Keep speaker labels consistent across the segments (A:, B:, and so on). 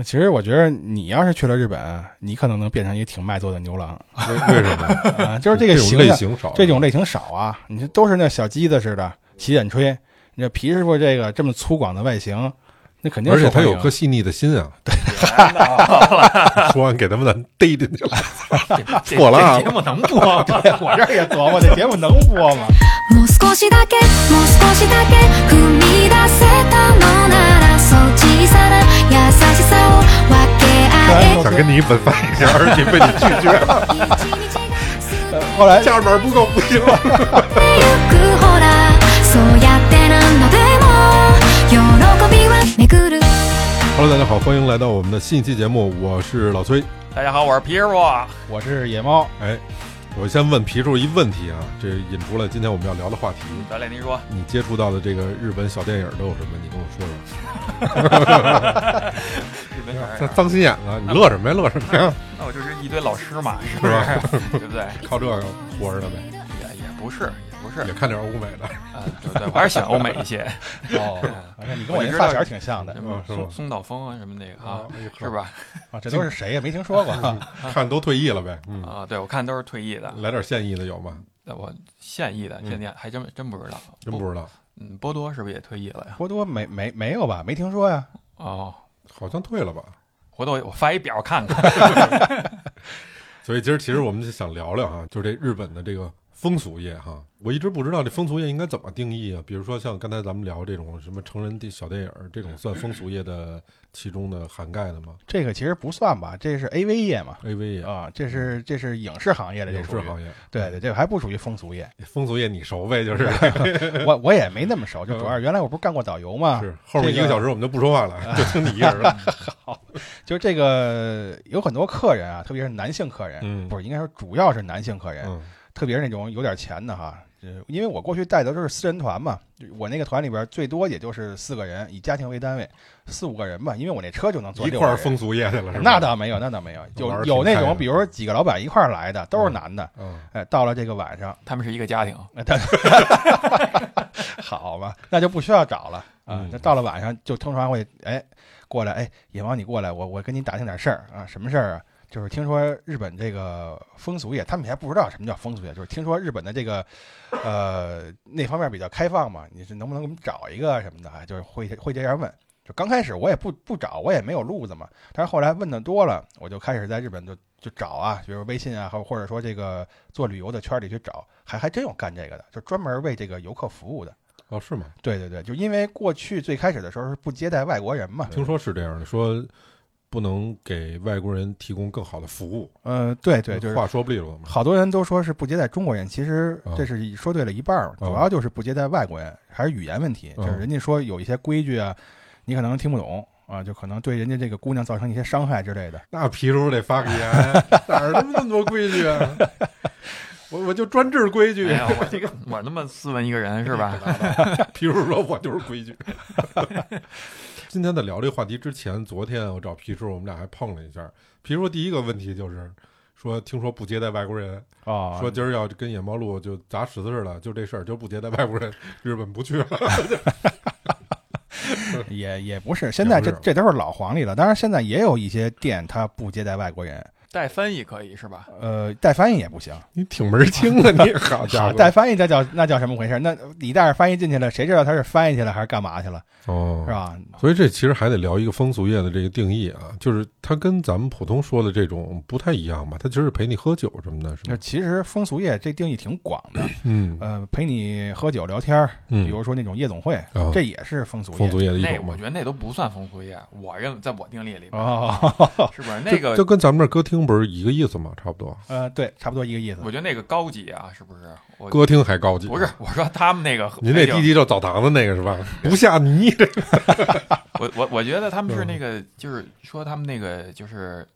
A: 那其实我觉得你要是去了日本，你可能能变成一个挺卖座的牛郎
B: 为为什么？
A: 啊，就是这
B: 这
A: 个
B: 种
A: 形
B: 类
A: 象
B: 型少，
A: 这种类型少啊，你这都是那小鸡子似的洗剪吹。你这皮师傅这个这么粗犷的外形，那肯定
B: 而且
A: 受
B: 他
A: 欢
B: 有
A: 迎
B: 颗细腻的心啊！ 说完给他们俩逮进去了。
C: 这
B: 妥了啊
C: 这节目 能播 吗？
A: 我这儿也琢磨，这节目能播吗？
D: もう少しだけもう少しだけ踏み出せたのならそう小さな優しさを分け合え
B: 想跟你一本饭一 样，而且被你拒绝了，
D: 一 日が
A: 后来
B: 价码不够不行 了。
D: 過ぎてゆくほらそうやって何度でも喜びは巡る
B: Hello，大家好，欢迎来到我们的新一期节目，我是老崔。
C: 大家好，我是皮师傅。
A: 我是野猫，
B: 哎，我先问皮叔一问题啊，这引出了今天我们要聊的话题。
C: 咱俩您说，
B: 你接触到的这个日本小电影都有什么？你跟我说 说。
C: 日本小
B: 这
C: 人，
B: 脏心眼子，你乐什么呀？乐什么呀？
C: 那我就是一堆老师嘛，是不是？对不对？
B: 靠这个活着的呗，
C: 也也不是，也不是
B: 也，看点欧美 的，
C: 啊，对对，我还是喜欢欧美一些，
A: 哦，你跟我
C: 我
A: 这
C: 知
A: 发
C: 道嗯
A: 小挺像的
C: 什么
B: 啊是吗
C: 松松岛枫啊，什么那个啊
B: 啊哎呦，
C: 是吧？
A: 啊，这都是谁呀？没听说过 啊。
B: 看都退役 了呗。嗯，
C: 啊，对，我看都是退役的，
B: 来点现役的有
A: 哦
B: 吗？
C: 我现役的，现在还真嗯真不知道，
B: 真不知道，
C: 嗯，波多是不是也退役了呀？
A: 波多没没没有吧？没听说呀。
C: 哦，
B: 好像退了吧。
C: 回头我我发一表看 看。
B: 所以今儿其实我们就想聊聊哈，就是这日本的这个风俗业哈，我一直不知道这风俗业应该怎么定义啊。比如说像刚才咱们聊这种什么成人电小电影儿这种，算风俗业的其中的涵盖的吗
A: 这个其实不算吧，这是 A V 业嘛，
B: ？A V 业、
A: 啊，这是这是影视行业的，这
B: 影
A: 属
B: 视
A: 于
B: 行业，哎
A: 对对，这个还不属于风俗 业。
B: 风俗业你熟呗，就是
A: 我我也没那么熟，就主要是原来我不是干过导游嘛，
B: 嗯是 后面 一
A: 这
B: 个
A: 个
B: 小时我们就不说 话了，就听你一人了。
A: 就是这个有很多客人啊，特别是男性客人，
B: 嗯
A: 不是应该说主要是男性客人，
B: 嗯
A: 特别是那种有点钱的哈。呃因为我过去带的都是私人团嘛，我那个团里边最多也就是四个人，以家庭为单位，四五个人吧。因为我那车就能坐
B: 一
A: 六
B: 块
A: 个
B: 儿
A: 人
B: 风俗业去了是吧？
A: 那倒没有，那倒没有，
B: 玩
A: 有
B: 儿
A: 有
B: 挺
A: 那
B: 开
A: 种，
B: 的
A: 比如说几个老板一块儿来的，都是男的。
B: 嗯，
A: 哎，到了这个晚上，
C: 他们是一个家 庭，
A: 那他 好嘛，那就不需要找了啊
B: 嗯。
A: 那到了晚上就通常会哎过来，哎，野王你过来，我我跟你打听点事儿啊，什么事儿啊？就是听说日本这个风俗业，他们还不知道什么叫风俗业，就是听说日本的这个，呃，那方面比较开放嘛，你是能不能给我们找一个什么的啊？就是会会这样问。就刚开始我也不不找，我也没有路子嘛。但是后来问的多了，我就开始在日本就就找啊，比如微信啊，或或者说这个做旅游的圈里去找，还还真有干这个的，就专门为这个游客服务的。
B: 哦是吗？
A: 对对对，就因为过去最开始的时候是不接待外国人嘛，
B: 听说是这样的，说不能给外国人提供更好的服务。
A: 呃，对对，就是
B: 话说不利落嘛。
A: 好多人都说是不接待中国人，其实
B: 啊
A: 这是说对了一半儿，
B: 啊
A: 主要就是不接待外国人，还是语言问题，
B: 啊
A: 就是人家说有一些规矩啊，你可能听不懂啊，就可能对人家这个姑娘造成一些伤害之类的。
B: 那皮叔得发个言，哪儿他妈那么多规矩啊？ 我我就专治规矩
C: 哎。呀，我这个 我那么斯文一个人是 吧？
B: 皮叔说我就是规矩。 今天在聊这个话题之前，昨天我找皮叔，我们俩还碰了一下。皮叔第一个问题就是说，听说不接待外国人，
A: 哦
B: 说今儿要跟野猫路就砸石子似的，就这事儿就不接待外国人，日本不去了。
A: 也也不是，现在这
B: 也不是
A: 这都是老黄历了。当然，现在也有一些店它不接待外国人，
C: 带翻译可以是吧？
A: 呃，带翻译也不行。
B: 你挺门儿清啊，你好家
A: 好
B: 伙！
A: 带翻译那叫那叫什么回事？那你带着翻译进去了，谁知道他是翻译去了还是干嘛去了，
B: 哦
A: 是吧？
B: 所以这其实还得聊一个风俗业的这个定义啊，就是它跟咱们普通说的这种不太一样吧？它其实是陪你喝酒什么的，是
A: 那
B: 吧？
A: 其实风俗业这定义挺广的，
B: 嗯
A: 呃，陪你喝酒聊天儿，
B: 嗯，
A: 比如说那种夜总会，
B: 啊
A: 这也是哦风俗业。
B: 风俗业的一
C: 那
B: 种
C: 我
B: 嘛
C: 觉，得那都不算风俗业，我认为在我定义里边，
A: 哦，
C: 是不是那
B: 就
C: 个？
B: 就跟咱们这歌厅不是一个意思嘛，差不多，
A: 呃，对，差不多一个意思
C: 我。觉得那个高级啊，是不是？我
B: 歌厅还高级。
C: 不是，，我说他们那个，哎
B: 您那低级就澡堂子那个 是吧？不下泥，这
C: 我我
B: 嗯
C: 我觉得他们是那个，就是说他们那个就是。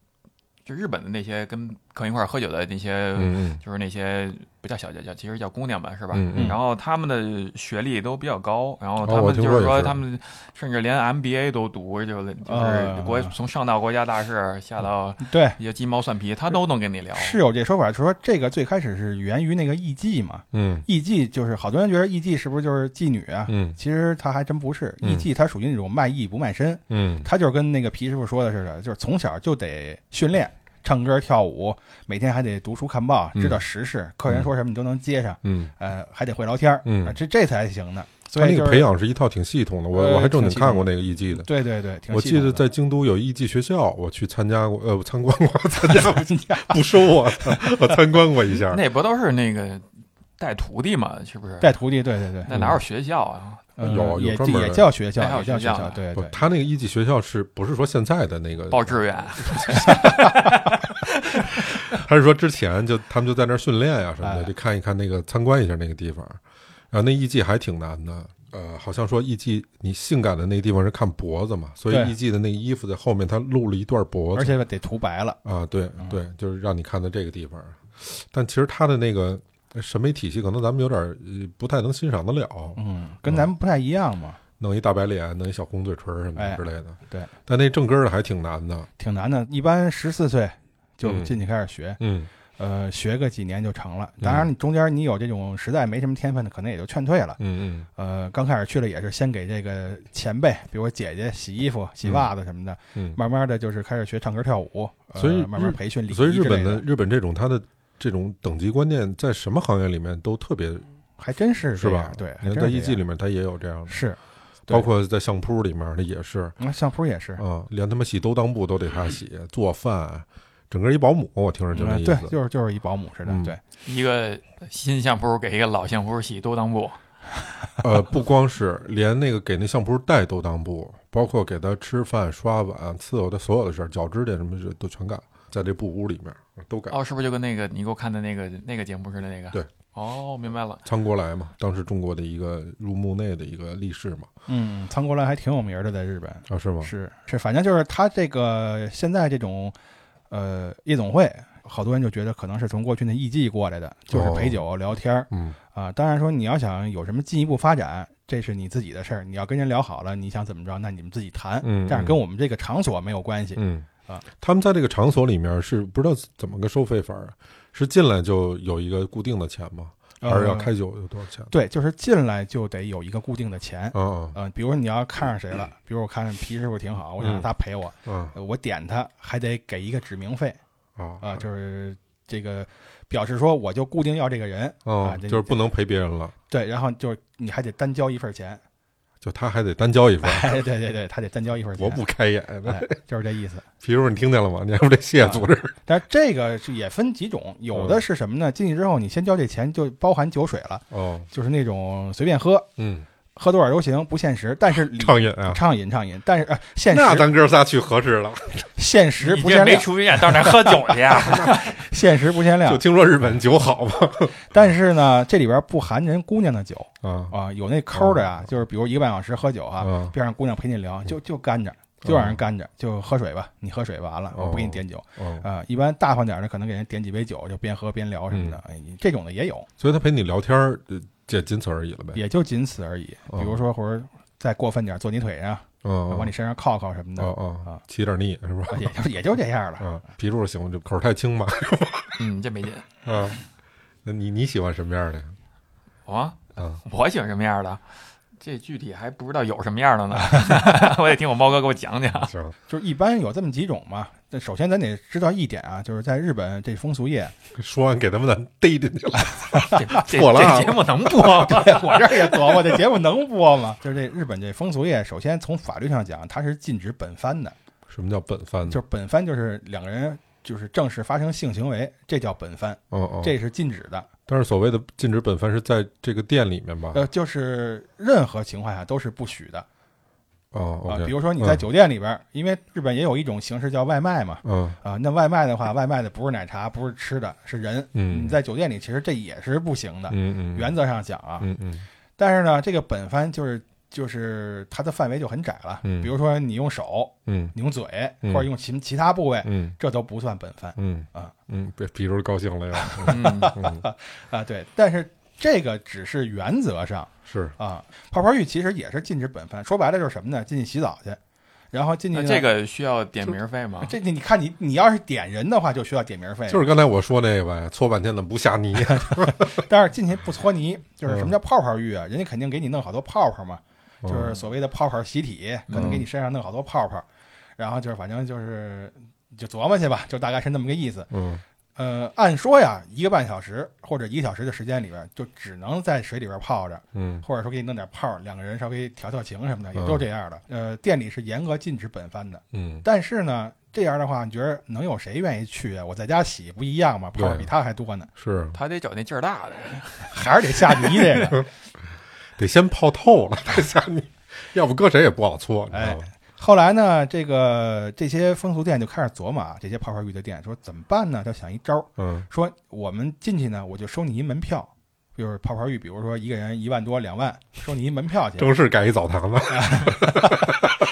C: 就日本的那些跟跟我一块儿喝酒的那些，
B: 嗯
C: 就是那些不叫小姐姐，其实叫姑娘们，是吧？
B: 嗯嗯
C: 然后她们的学历都比较高，然后
B: 哦
C: 她
B: 我
C: 们
B: 听
C: 就
B: 说
C: 是
B: 也
C: 说，
B: 是哦
C: 她们甚至连 MBA 都读，就是就是
A: 啊
C: 国从上到国家大事，下到
A: 对，
C: 一些鸡毛蒜皮，她都能跟你聊。
A: 是有这说法，就是说这个最开始是源于那个艺妓嘛，
B: 嗯
A: 艺妓就是好多人觉得艺妓是不是就是妓女啊？
B: 嗯
A: 其实她还真不是，
B: 嗯
A: 艺妓她属于那种卖艺不卖身，
B: 嗯
A: 她就是跟那个皮师傅说的似的，就是从小就得训练唱歌跳舞，每天还得读书看报，
B: 嗯
A: 知道时事，客人说什么你都能接上，
B: 嗯，
A: 呃，还得会聊天儿，
B: 嗯
A: 啊这这才行呢。
B: 他
A: 所以
B: 那
A: 就
B: 个
A: 是
B: 培养是一套挺系统的，我我还
A: 呃
B: 正
A: 挺
B: 经
A: 系
B: 看
A: 统
B: 过那个艺伎的。
A: 对对对，挺
B: 我
A: 系
B: 记
A: 统
B: 得
A: 的
B: 在京都有艺伎学校，我去参加过，呃，我参观过，参加 过
A: 你 看
B: 不收我， 我参观过一下。
C: 那不都是那个带徒弟嘛？是不是？
A: 带徒弟，对对对，
C: 那哪有学校啊？
A: 呃
B: 有有
A: 也
B: 专门
A: 也
B: 的
A: 叫学校
C: 还，有
A: 也叫
C: 学
A: 学
C: 校
A: 校
C: 呢，
A: 对
B: 不
A: 对，，
B: 他那个艺伎学校是不是说现在的那个？
C: 报志愿，
B: 他是说之前就他们就在那儿训练呀、什么的，
A: 哎
B: 就看一看那个参观一下那个地方。然后那艺伎还挺难的，呃，好像说艺伎你性感的那个地方是看脖子嘛，所
A: 对
B: 以艺伎的那个衣服在后面他露了一段脖
A: 而
B: 子，
A: 且得嗯涂白了。
B: 啊，对对，就是让你看到这个地方。但其实他的那个审美体系可能咱们有点儿呃不太能欣赏得了，
A: 嗯，跟咱们不太一样嘛，
B: 弄一大白脸，弄一小红嘴唇儿什么的
A: 哎
B: 之类的。
A: 对，
B: 但那正根儿的还挺难的。
A: 挺难的。一般十四岁就
B: 嗯
A: 进去开始学，
B: 嗯
A: 呃，学个几年就成了。
B: 嗯
A: 当然，你中间你有这种实在没什么天分的，可能也就劝退了。
B: 嗯
A: 呃，刚开始去了也是先给这个前辈，比如我姐姐洗衣服、洗袜子什么的，
B: 嗯
A: 慢慢的就是开始学唱歌跳舞，呃
B: 所以
A: 慢
B: 日
A: 慢培训礼
B: 嗯，
A: 仪
B: 所以日
A: 之类
B: 本的日本这种它的这种等级观念在什么行业里面都特别
A: 还真是
B: 是
A: 这
B: 吧
A: 样？对，
B: 你看
A: 还真是
B: 在
A: 这
B: 艺伎
A: 样
B: 里面它也有这样的，
A: 是，对
B: 包括在相扑里面它也是
A: 那相扑也是，
B: 啊，连他妈洗兜裆布都得他洗，做饭，整个一保姆，我听着就那
A: 嗯
B: 意思
A: 对。，就是就是一保姆似的
B: 嗯，
A: 对，
C: 一个新相扑给一个老相扑洗兜裆布，
B: 呃，不光是连那个给那相扑带兜裆布，包括给他吃饭、刷碗、伺候他所有的事儿，脚指甲什么的都全干，在这布屋里面都干。
C: 哦，是不是就跟那个你给我看的那个那个节目似的那个？
B: 对。
C: 哦，明白了。
B: 仓国来嘛，当时中国的一个入幕内的一个力士嘛，
A: 嗯，仓国兰还挺有名的，在日本，
B: 啊是吗？
A: 是是，反正就是他这个现在这种，呃，夜总会，好多人就觉得可能是从过去那艺妓过来的，就是
B: 哦
A: 陪酒聊天儿
B: 嗯，
A: 啊、当然说你要想有什么进一步发展，这是你自己的事儿，你要跟人聊好了，你想怎么着，那你们自己谈，
B: 嗯
A: 但是跟我们这个场所没有关系。
B: 嗯
A: 啊，
B: 他们在这个场所里面是不知道怎么个收费法儿，是进来就有一个固定的钱吗？还嗯是要
A: 呃
B: 开酒有多少钱？
A: 对，就是进来就得有一个固定的钱。
B: 啊
A: 嗯、比如你要看上谁了，比如我看皮师傅挺好，我想让他陪我，
B: 啊啊
A: 呃我点他还得给一个指名费
B: 啊
A: 啊、就是这个表示说我就固定要这个人，
B: 啊！
A: 啊这
B: 就是不能陪别人了，
A: 对，然后就是你还得单交一份钱，
B: 就他还得单 交一份儿。
A: 哎，对对对，他得单交一份钱，
B: 我 不，开眼，
A: 哎，就是这意思。
B: 皮叔，你听见了吗？你还不得谢组织？
A: 但是这个是也分几种，有的是什么呢？进去之后你先交这钱，就包含酒水了，
B: 哦，
A: 就是那种随便喝，
B: 嗯，
A: 喝多少都行，不限时，但是里
B: 畅饮啊，
A: 畅饮畅饮，但是呃限
B: 那
A: 时
B: 咱哥仨去合适了。
A: 限时
C: 你
A: 不
C: 这
A: 限
C: 没
A: 量，
C: 出院，到那儿喝酒去啊呀？
A: 限时不限
B: 就
A: 量。
B: 听说日本酒好嘛，
A: 但是呢，这里边不含人姑娘的酒
B: 啊
A: 啊、有那抠的啊，就是比如一个半小时喝酒啊，
B: 啊
A: 边上姑娘陪你聊，就就干着，就让人干着，就喝水吧，你喝水完了，我不给你
B: 哦
A: 点酒。
B: 哦，
A: 啊、一般大方点儿的可能给人点几杯酒，就边喝边聊什么的，哎这种的也有，
B: 所以他陪你聊天儿，呃这仅此而已了呗。
A: 也就仅此而已。
B: 哦
A: 比如说，或者再过分点儿，坐你腿上，
B: 嗯，
A: 往你身上靠靠什么的，
B: 哦哦
A: 啊，
B: 起点腻是吧？
A: 也就 也就这样了。
B: 啊，皮叔行，这口儿太轻吧？
C: 嗯，这没劲。
B: 啊，那你你喜欢什么样的呀？
C: 啊，
B: 啊，
C: 我喜欢什么样的？这具体还不知道有什么 样的呢，我得听我猫哥给我讲讲。
B: 行，
A: 就是一般有这么几种嘛。那首先咱得知道一点啊，就是在日本这风俗 业，
B: 说完给他们咱逮进去了。
C: 这这
B: 破了啊
C: 这节目能播吗？
A: 我这儿也琢磨，这节目能播吗？就是这日本这风俗业，首先从法律上讲，它是禁止本番的，
B: 什么叫本番呢？
A: 就是本番就是两个人就是正式发生性行为，这叫本番，
B: 哦哦，
A: 这是禁止的。
B: 但是所谓的禁止本番是在这个店里面吧？
A: 呃，就是任何情况下都是不许的。
B: 哦
A: 啊，
B: ，OK，
A: 比如说你在酒店里边儿，因为日本也有一种形式叫外卖嘛，
B: 嗯
A: 啊，那外卖的话，外卖的不是奶茶，不是吃的，是人。
B: 嗯
A: 你在酒店里其实这也是不行的，
B: 嗯嗯，
A: 原则上讲啊。
B: 嗯嗯
A: 但是呢，这个本番就是就是它的范围就很窄了。
B: 嗯
A: 比如说你用手、
B: 嗯
A: 你用嘴，
B: 嗯
A: 或者用其其他部位，
B: 嗯
A: 这都不算本番
B: 嗯
A: 啊
B: 嗯，比比如高兴了呀，
C: 嗯，
B: 嗯 嗯
A: 啊。对，但是这个只是原则上
B: 是
A: 啊，泡泡浴其实也是禁止本番。说白了就是什么呢？进去洗澡去，然后进去
C: 那
A: 呢
C: 这个需要点名费吗？
A: 这你看你你要是点人的话，就需要点名费，
B: 就是刚才我说那个呗，搓半天怎么不下泥？
A: 但是进去不搓泥，就是
B: 嗯
A: 什么叫泡泡浴啊？人家肯定给你弄好多泡泡嘛，
B: 嗯
A: 就是所谓的泡泡洗体，可能给你身上弄好多泡泡，然后就是反正就是就琢磨去吧，就大概是那么个意思。
B: 嗯
A: 呃，按说呀，一个半小时或者一个小时的时间里边，就只能在水里边泡着，
B: 嗯
A: 或者说给你弄点泡，两个人稍微调调情什么的，也
B: 嗯
A: 都这样的。呃，店里是严格禁止本番的，
B: 嗯，
A: 但是呢，这样的话，你觉得能有谁愿意去啊？我在家洗不一样吗？泡
B: 对
A: 比他还多呢，
B: 是
C: 嗯他得找那劲儿大的，
A: 还是得下泥这个。
B: 得先泡透了再下泥，要不搁谁也不好搓，你知道吗？
A: 后来呢，这个这些风俗店就开始琢磨啊，这些泡泡浴的店说怎么办呢？就想一招儿，
B: 嗯
A: 说我们进去呢，我就收你一门票，就是泡泡浴，比如说一个人一万多、两万，收你一门票去。
B: 正式盖一澡堂子，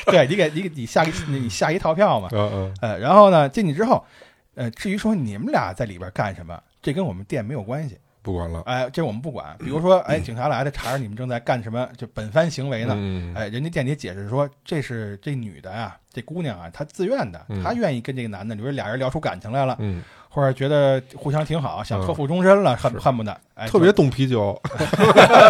A: 对你给你你下一你下一套票嘛，
B: 嗯嗯
A: 呃，然后呢进去之后，呃，至于说你们俩在里边干什么，这跟我们店没有关系，
B: 不管了，
A: 哎、这我们不管。比如说，哎，警察来了查着你们正在干什么，就本番行为呢，
B: 嗯
A: 哎，人家店里解释说，这是这女的啊，这姑娘啊，她自愿的
B: 嗯，
A: 她愿意跟这个男的，比如俩人聊出感情来了，
B: 嗯，
A: 或者觉得互相挺好，想
B: 嗯
A: 托付终身了，
B: 是
A: 恨恨不得，哎，
B: 特别懂啤酒，
A: 就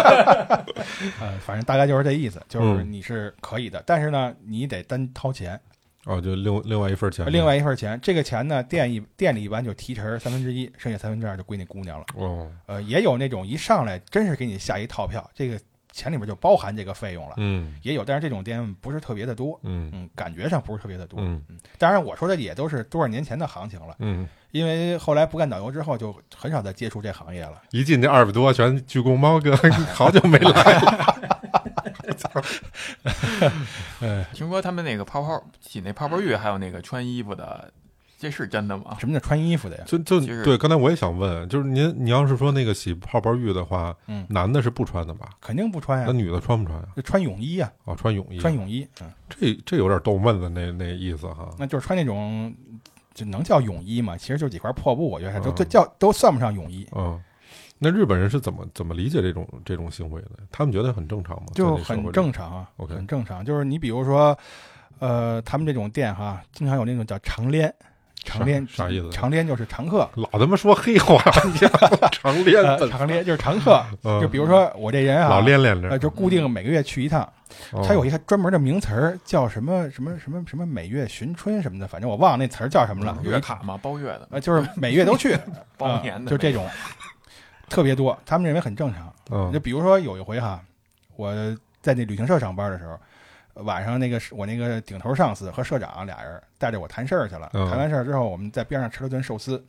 A: 呃，反正大概就是这意思，就是
B: 嗯
A: 你是可以的，但是呢，你得单掏钱，
B: 哦，就另另外一份钱，
A: 另外一份钱，这个钱呢，店一店里一般就提成三分之一，剩下三分之二就归那姑娘了。
B: 哦，
A: 呃，也有那种一上来真是给你下一套票，这个钱里边就包含这个费用了，
B: 嗯
A: 也有，但是这种店不是特别的多，
B: 嗯
A: 嗯，感觉上不是特别的多，
B: 嗯
A: 当然，我说的也都是多少年前的行情了，
B: 嗯，
A: 因为后来不干导游之后，就很少再接触这行业了。
B: 一进这二百多全鞠躬，猫哥 好久没 来了，
C: 听说他们那个泡泡洗那泡泡浴，还有那个穿衣服的，这是真的吗？
A: 什么叫穿衣服的呀？
B: 就就
C: 就是
B: 对，刚才我也想问，就是您你要是说那个洗泡泡浴的话，
A: 嗯
B: 男的是不穿的吧？
A: 肯定不穿
B: 那
A: 呀，
B: 女的穿不穿呀？
A: 就穿泳衣呀，
B: 哦，穿泳衣，
A: 穿泳衣，嗯，
B: 这这有点逗闷子那那意思哈。
A: 那就是穿那种，这能叫泳衣吗？其实就几块破布，我觉得还都
B: 嗯
A: 都叫都算不上泳衣，
B: 嗯，那日本人是怎么怎么理解这种这种行为的？他们觉得很正常吗？
A: 就
B: 在这社会
A: 很
B: 里
A: 正常啊，
B: OK
A: 很正常。就是你比如说，呃，他们这种店哈，经常有那种叫长连，长连
B: 啥啥意思
A: 长连就是常客，
B: 老他妈说黑话，你知道 吗常练
A: 呃，
B: 本，
A: 长连就是常客。
B: 嗯
A: 就比如说我这人啊，
B: 老练嗯练
A: 呃，
B: 着，
A: 就固定每个月去一趟。
B: 哦
A: 它有一个专门的名词儿，叫什么什么什么什么每月寻春什么的，反正我忘了那词儿叫什么了。有
C: 嗯月
A: 一
C: 卡吗？包月的，
A: 呃，就是每月都去，
C: 包
A: 啊
C: 年的
A: 就这种 特别多，他们认为很正常。
B: 嗯
A: 就比如说有一回哈，我在那旅行社上班的时候，晚上那个是我那个顶头上司和社长俩人带着我谈事儿去了，
B: 嗯
A: 谈完事儿之后，我们在边上吃了顿寿司，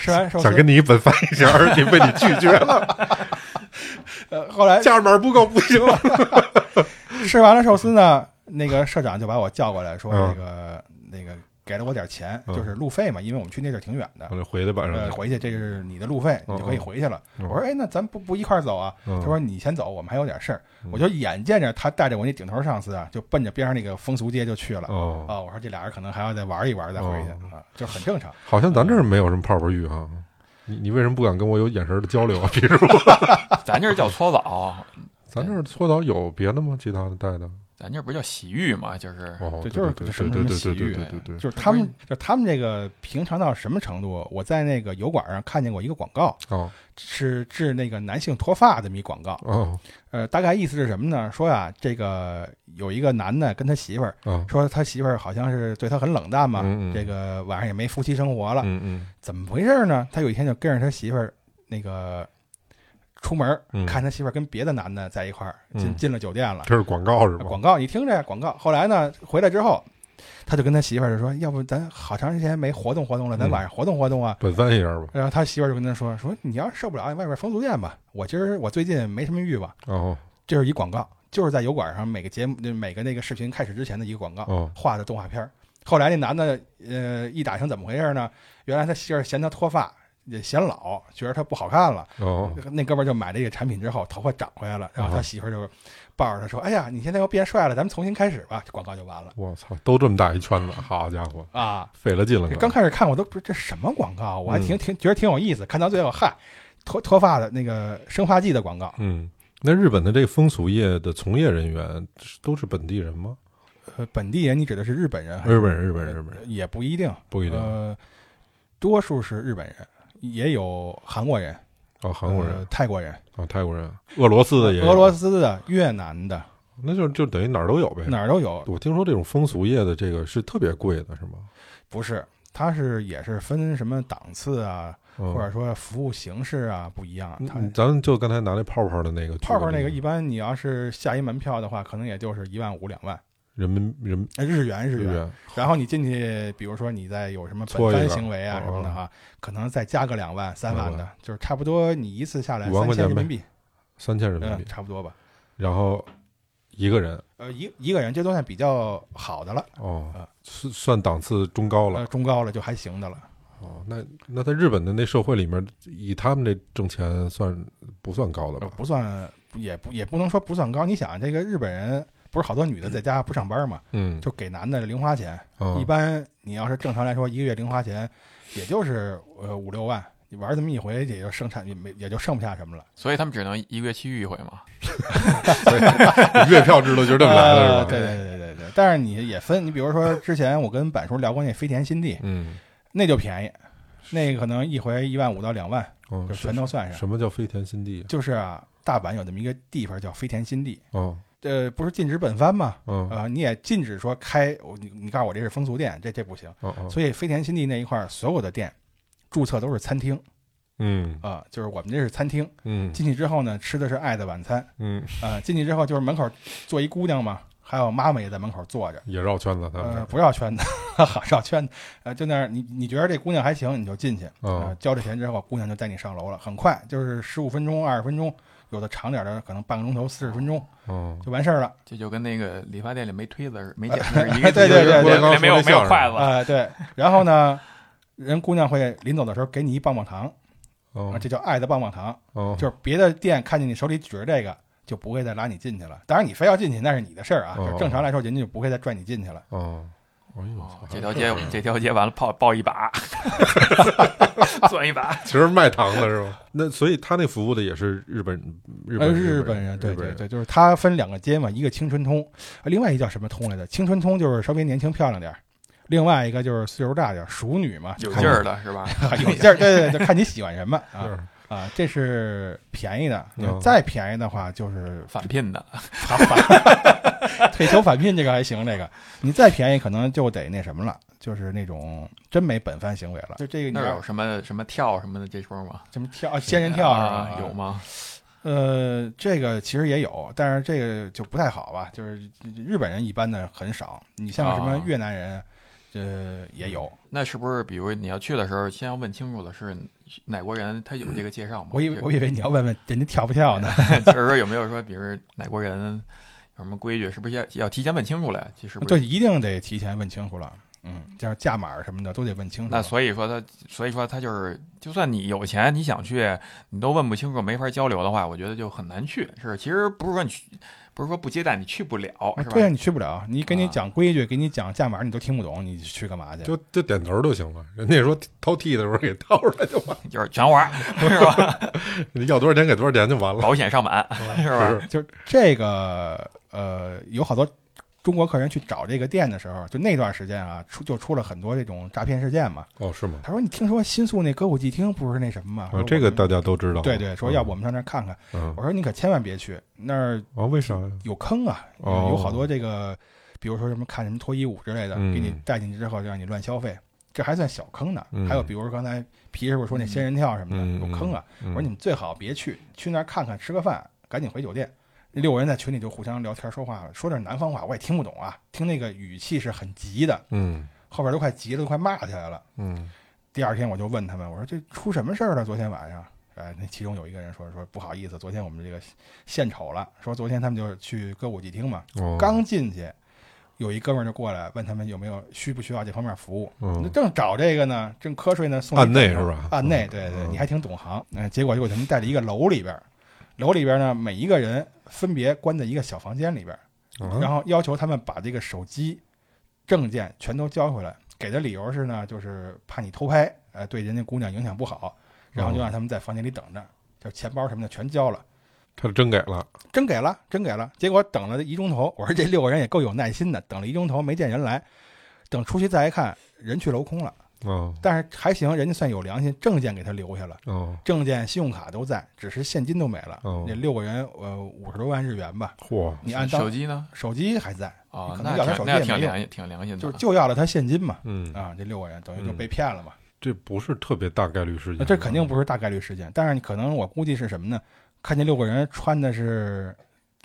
A: 吃完寿
B: 想
A: 司
B: 跟你一本翻一下，而且被你拒绝 了，
A: 呃，后来
B: 价码不够不行了。
A: 吃完了寿司呢，那个社长就把我叫过来说，
B: 嗯
A: 那个、那个给了我点钱，
B: 嗯
A: 就是路费嘛，因为我们去那地儿挺远的
B: 我，这回去晚
A: 呃，
B: 上，
A: 回去这是你的路费，
B: 嗯
A: 你就可以回去了。
B: 嗯
A: 我说，哎，那咱不不一块儿走啊？
B: 嗯
A: 他说你先走，我们还有点事儿。
B: 嗯
A: 我就眼见着他带着我那顶头上司啊，就奔着边上那个风俗街就去了。
B: 哦，
A: 啊，我说这俩人可能还要再玩一玩再回去、
B: 嗯
A: 啊，就很正常。
B: 好像咱这儿没有什么泡泡浴哈。你你为什么不敢跟我有眼神的交 流啊？比如说，
C: 咱这儿叫搓澡，
B: 咱这儿搓澡有别的吗？其他的带的？
C: 咱这儿不是叫洗浴吗？就是
B: 哦，
A: 对
B: 对，
A: 就是
B: 对
A: 什
B: 对
A: 么
B: 对
A: 什么洗
B: 对对
A: 浴啊
B: 对对对，
A: 就是他们，就他们这个平常到什么程度？我在那个油管上看见过一个广告，
B: 哦
A: 是治那个男性脱发的迷广告。
B: 哦
A: 呃，大概意思是什么呢？说呀、这个有一个男的跟他媳妇儿
B: 哦，
A: 说，他媳妇儿好像是对他很冷淡嘛，
B: 嗯嗯
A: 这个晚上也没夫妻生活了，
B: 嗯嗯
A: 怎么回事呢？他有一天就跟着他媳妇儿那个出门儿，
B: 嗯
A: 看他媳妇儿跟别的男的在一块儿，进、
B: 嗯
A: 进了酒店了。
B: 这是广告是吧？
A: 广告你听着呀，广告。后来呢，回来之后，他就跟他媳妇儿就说，要不咱好长时间没活动活动了，咱
B: 嗯
A: 晚上活动活动啊。
B: 本翻一下吧。
A: 然后他媳妇儿就跟他说：“说你要是受不了，你外边风俗店吧。我今儿我最近没什么欲望。”
B: 哦
A: 这是一广告，就是在油管上每个节目、就每个那个视频开始之前的一个广告，
B: 哦，
A: 画的动画片儿。后来那男的，呃，一打听怎么回事呢？原来他媳妇儿嫌他脱发，也显老，觉得它不好看了。
B: 哦，
A: 那哥们儿就买这个产品之后，头发长回来了，然后他
B: 哦
A: 媳妇儿就抱着他说：“哎呀，你现在又变帅了，咱们重新开始吧。”广告就完了
B: 我操，都这么大一圈子，好家伙，
A: 啊！
B: 费了劲了
A: 这
B: 可，
A: 刚开始看我都不是这什么广告，啊我还
B: 嗯
A: 挺挺觉得挺有意思，看到最后嗨，脱脱发的那个生发剂的广告，
B: 嗯。那日本的这个风俗业的从业人员是都是本地人吗？
A: 呃，本地人你指的是日本人还是？
B: 日本人，日本人，日本人，
A: 也不一定，
B: 不一定
A: 呃，多数是日本人，也有韩国人、
B: 哦，韩国人
A: 呃、泰国人、
B: 啊，泰国人，俄罗斯的也有，
A: 俄罗斯的、越南的，
B: 那就就等于哪儿都有呗。
A: 哪儿都有。
B: 我听说这种风俗业的这个是特别贵的，是吗？
A: 不是，它是也是分什么档次啊，
B: 嗯、
A: 或者说服务形式啊不一样。它
B: 嗯，咱们就刚才拿那泡泡的那个举
A: 泡泡那个
B: 例
A: 一般，你要是下一门票的话，可能也就是一万五两万
B: 人民人
A: 呃日元日
B: 日
A: 元。
B: 元，
A: 然后你进去，比如说你再有什么
B: 搓
A: 本
B: 一嗯个
A: 番行为啊什么的哈，可能再加个两万三万
B: 两
A: 的，就是差不多你一次下来
B: 嗯五万
A: 三
B: 块
A: 千人
B: 钱
A: 民币，
B: 三千人民
A: 嗯，
B: 币，
A: 差不多吧。
B: 然后一个人
A: 呃，一一个人这都算比较好的了，
B: 哦
A: 啊，
B: 算算档次中高了
A: 呃，中高了就还行的了。
B: 哦。那那在日本的那社会里面，以他们这挣钱算不算高的
A: 呃
B: 吧？
A: 不算，也不也不能说不算高。你想，这个日本人不是好多女的在家不上班嘛，
B: 嗯，
A: 就给男的零花钱。
B: 啊
A: 一般你要是正常来说，一个月零花钱也就是呃五六万，你玩这么一回也就剩产也没也就剩不下什么了。
C: 所以他们只能一个月去一回嘛。
B: 月票制度就是这么来的，
A: 呃
B: 是吧？
A: 对对对对对。但是你也分，你比如说之前我跟板叔聊过那飞田新地，
B: 嗯，
A: 那就便宜，那可能一回一万五到两万，
B: 哦
A: 就，全
B: 什
A: 都算上。
B: 什么叫飞田新地？
A: 就是啊，大阪有这么一个地方叫飞田新地，
B: 哦，
A: 呃，不是禁止本番嘛？
B: 嗯，
A: 啊、你也禁止说开，我你你告诉我这是风俗店，这这不行。
B: 哦哦，
A: 所以飞田新地那一块儿所有的店注册都是餐厅
B: 嗯
A: 啊、就是我们这是餐厅。
B: 嗯
A: 进去之后呢，吃的是爱的晚餐
B: 嗯，
A: 啊、进去之后就是门口坐一姑娘嘛，还有妈妈也在门口坐着。
B: 也绕圈子，他们
A: 呃，
B: 是
A: 不绕圈子， 哈哈，绕圈子，呃，就那儿，你你觉得这姑娘还行，你就进去，呃
B: 哦，
A: 交了钱之后，姑娘就带你上楼了，很快，就是十五分钟、二十分钟，有的长点的可能半个钟头、四十分钟
B: 哦，
A: 就完事儿了。
C: 这就跟那个理发店里没推子似的，没剪子是一个
A: 对对对对
C: 一个
B: 郭德纲
C: 没有
B: 说那
C: 没有
B: 相声
C: 筷子，
A: 啊、对，然后呢，人姑娘会临走的时候给你一棒棒糖，啊，
B: 哦
A: 这叫爱的棒棒糖，
B: 哦，
A: 就是别的店看见你手里举着这个，就不会再拉你进去了。当然你非要进去那是你的事儿啊，
B: 哦
A: 就正常来说人家就不会再拽你进去了。
B: 哦，哎呦，
C: 哦
B: 操
C: 这条街这条街完了抱抱一把，攥一把。
B: 其实卖糖的是吧？那所以他那服务的也是日本日
A: 呃，
B: 本
A: 日
B: 本
A: 人，对对，
B: 日
A: 对，就是它分两个街嘛，一个青春通，呃另外一个叫什么通来着？青春通就是稍微年轻漂亮点儿，另外一个就是岁数大点儿，熟女嘛，
C: 有
A: 就
C: 劲儿的是吧？
A: 看有劲儿，对对对，就看你喜欢什么啊
B: 是
A: 啊，这是便宜的，你
B: 嗯
A: 再便宜的话就是
C: 返聘的，
A: 返返退休返聘这个还行，这个你再便宜可能就得那什么了，就是那种真没本番行为了，就这个你
C: 那儿有
A: 要
C: 什么什么跳什么的这说吗？
A: 什么跳啊仙人跳是吧
C: 啊？有吗？
A: 呃，这个其实也有，但是这个就不太好吧，就是日本人一般的很少，你像什么
C: 啊
A: 越南人，呃，也有。
C: 那是不是比如你要去的时候，先要问清楚的是哪国人，他有这个介绍吗？
A: 我以为
C: 就
A: 我以为你要问问人家跳不跳呢，
C: 就是说有没有说，比如哪国人有什么规矩，是不是要要提前问清楚了？其实不
A: 对，
C: 是。
A: 一定得提前问清楚了。嗯，像价码什么的都得问清楚了。
C: 那所以说他，所以说他就是，就算你有钱，你想去，你都问不清楚，没法交流的话，我觉得就很难去。是，其实不是说你去，不是说不接待，你去不了，
A: 啊
C: 是吧？
A: 对啊，你去不了，你给你
C: 啊
A: 讲规矩，给你讲价码，你都听不懂，你去干嘛去？
B: 就就点头就行了。人家说掏屉的时候给掏出来就完，
C: 就是全玩，是吧？
B: 你要多少钱给多少钱就 完了，
C: 保险上满，是吧？
B: 是
A: 就是这个呃，有好多中国客人去找这个店的时候，就那段时间啊，出就出了很多这种诈骗事件嘛。
B: 哦，是吗？
A: 他说：“你听说新宿那歌舞伎町不是那什么吗？”
B: 啊
A: 说，
B: 这
A: 我
B: 个
A: 们
B: 大家都知道。
A: 对对，说要不我
B: 嗯
A: 们上那儿看看。
B: 嗯
A: 我说你可千万别去，那儿
B: 啊，为啥呀？
A: 有坑啊，
B: 哦
A: 有好多这个，比如说什么看什么脱衣舞之类的，
B: 嗯
A: 给你带进去之后就让你乱消费，这还算小坑呢。
B: 嗯
A: 还有比如说刚才皮师傅说那仙人跳什么的、
B: 嗯
A: 有坑啊，
B: 嗯
A: 我说你们最好别去，去那儿看看吃个饭，赶紧回酒店。那六个人在群里就互相聊天说话了，说点南方话我也听不懂啊，听那个语气是很急的，
B: 嗯
A: 后边都快急了，都快骂起来了。
B: 嗯
A: 第二天我就问他们，我说这出什么事儿啊了？昨天晚上，哎，那其中有一个人说说不好意思，昨天我们这个献丑了，说昨天他们就是去歌舞伎町嘛，
B: 哦，
A: 刚进去，有一哥们儿就过来问他们有没有需不需要这方面服务。
B: 嗯，
A: 正找这个呢，正瞌睡呢，送
B: 案内
A: 一
B: 是吧
A: 案内，啊对对，
B: 嗯
A: 你还挺懂行。嗯、结果就给他们带到一个楼里边儿，楼里边儿呢，每一个人分别关在一个小房间里边儿，然
B: 后
A: 后要求他们把这个手机、证件全都交回来。给的理由是呢，就是怕你偷拍，呃，对人家姑娘影响不好，然
B: 哦
A: 后就让他们在房间里等着，就钱包什么的全交了。
B: 他真给了，
A: 真给了，真给了。结果等了一钟头，我说这六个人也够有耐心的，等了一钟头没见人来，等出去再一看，人去楼空了。
B: 嗯
A: 但是还行，人家算有良心，证件给他留下了，
B: 嗯，
A: 证件、信用卡都在，只是现金都没了。
B: 哦
A: 那六个人，呃，五十多万日元吧，
B: 嚯，
A: 你按
C: 手
A: 当
C: 机呢？
A: 手机还在，
C: 啊、
A: 可能
C: 那
A: 要他手
C: 挺
A: 机
C: 那
A: 也
C: 挺
A: 没
C: 良心，挺良心的。
A: 就是就要了他现金嘛。
B: 嗯，嗯
A: 啊，这六个人等于就被骗了嘛。
B: 这不是特别大概率事
A: 那
B: 件，
A: 啊这肯定不是大概率事件，但是你可能我估计是什么呢？看见六个人穿的是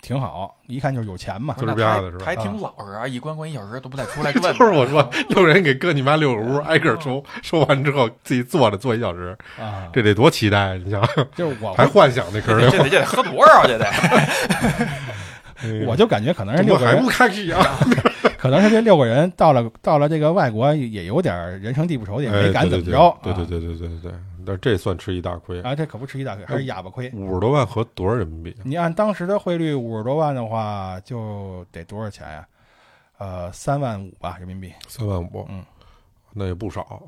A: 挺好，一看就是有钱嘛
C: 不。是
B: 滋儿
C: 那
B: 吧
C: 他
B: 的是吧
C: 还挺
A: 啊
C: 老实啊，一关关一小时都不带 出来问。
B: 就是我说，六人给各你妈六个屋，挨个收，收完之后自己坐着坐一小时，
A: 啊，
B: 这得多期待啊！你想，
A: 就是我
B: 还幻想那可
C: 这
B: 是，
C: 得这得喝多少 这得？
A: 我就感觉可能是
B: 嗯怎
A: 六
B: 么
A: 个
B: 还
A: 人
B: 不，开始啊？
A: 可能是这六个人到了到了这个外国也有点人生地不 熟的，也
B: 哎
A: 没敢
B: 对
A: 怎
B: 对
A: 么着。
B: 对对
A: 啊
B: 对对对对对，但是这算吃一大亏，
A: 啊，这可不吃一大亏，还是哑巴亏。
B: 五十多万合多少人民币啊？
A: 你按当时的汇率五十多万的话，就得多少钱呀、呃，三万五吧，人民币
B: 三万五，
A: 嗯，
B: 那也不少，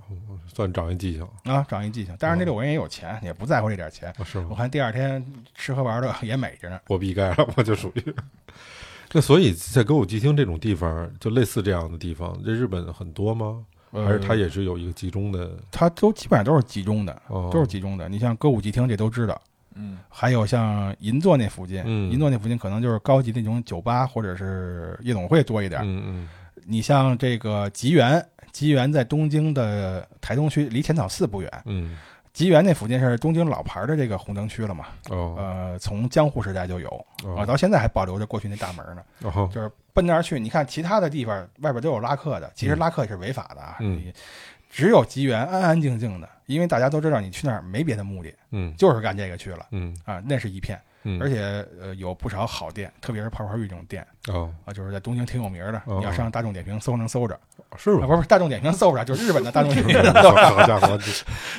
B: 算长一记性，
A: 啊，长一记性。但是那六个人也有钱，也不在乎这点钱。
B: 啊是
A: 我
B: 吗？
A: 看第二天吃喝玩乐也美着呢。
B: 我必盖了，我就属于。 那所以在歌舞伎町这种地方，就类似这样的地方，这日本很多吗？还是它
A: 嗯
B: 也是有一个集中的？
A: 呃他都基本上都是集中的，
B: 哦，
A: 都是集中的。你像歌舞伎町这都知道，
C: 嗯，
A: 还有像银座那附近，
B: 嗯
A: 银座那附近可能就是高级那种酒吧或者是夜总会多一点。
B: 嗯嗯
A: 你像这个吉原，吉原在东京的台东区，离浅草寺不远。
B: 嗯，
A: 吉原那附近是东京老牌的这个红灯区了嘛？
B: 哦，
A: 呃，从江户时代就有啊，
B: 哦，
A: 到现在还保留着过去那大门呢。
B: 然后
A: 就是奔那儿去，你看其他的地方外边都有拉客的，其实拉客也是违法的啊。
B: 嗯
A: 你只有吉原安安静静的，因为大家都知道你去那儿没别的目的，
B: 嗯
A: 就是干这个去了
B: 嗯
A: 啊。那是一片，
B: 嗯，
A: 而且呃有不少好店，特别是泡泡浴这种店
B: 哦，
A: 啊，就是在东京挺有名的。
B: 哦
A: 你要上大众点评搜能搜着，
B: 是
A: 啊
B: 吧？
A: 不是不是大众点评搜不着，就是日本的大众 点评。
B: 好家伙，这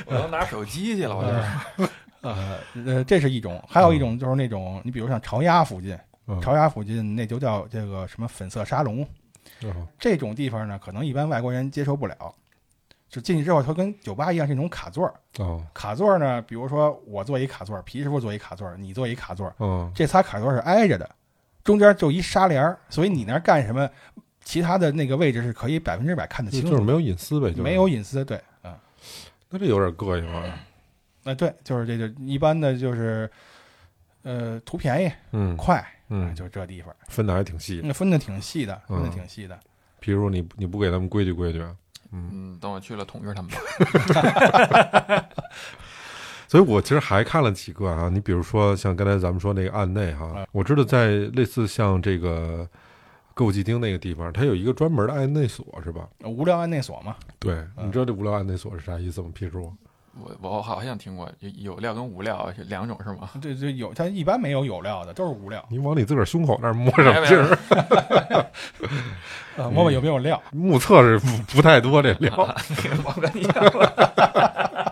C: 我都拿手机
B: 哦
C: 去了，我这
A: 呃呃呃，这是一种，还有一种就是那种，你比如像朝鸭附近，
B: 嗯
A: 朝鸭附近那就叫这个什么粉色沙龙，
B: 哦
A: 这种地方呢，可能一般外国人接受不了。就进去之后，它跟酒吧一样是那种卡座儿。
B: 哦
A: 卡座儿呢，比如说我坐一卡座儿，皮师傅坐一卡座儿，你坐一卡座儿，
B: 哦
A: 这仨卡座儿是挨着的，中间就一纱帘儿，所以你那儿干什么，其他的那个位置是可以百分之百看得
B: 就
A: 清
B: 就
A: 楚
B: 是
A: 的，
B: 没有隐私呗，就是
A: 没有，隐私。对，嗯，
B: 那这有点膈应啊。
A: 那对，就是这就一般的就是，呃，图便宜
B: 嗯
A: 快，啊
B: 嗯，
A: 哎就这地方，
B: 分的还挺细，
A: 那分的挺细的，分的
B: 嗯
A: 挺细的。
B: 比如你你不给他们规矩规矩啊，
C: 嗯，等我去了统治他们吧。
B: 所以我其实还看了几个啊，你比如说像刚才咱们说那个案内哈
C: 啊
A: 嗯，
B: 我知道在类似像这个歌舞伎町那个地方，它有一个专门的案内所是吧？
A: 呃无聊案内所嘛，
B: 对，
C: 啊
A: 嗯
B: 你知道这无聊案内所是啥意思吗？譬如，
C: 我我好像听过有有料跟无料是两种是吗？
A: 对对，有它一般没有有料的，都是无料。
B: 你往你自个儿胸口那儿摸 什么
C: 哎
B: 劲儿？嗯
A: 呃，摸摸有没有料。
B: 目测是不不太多这料，
C: 我跟你讲，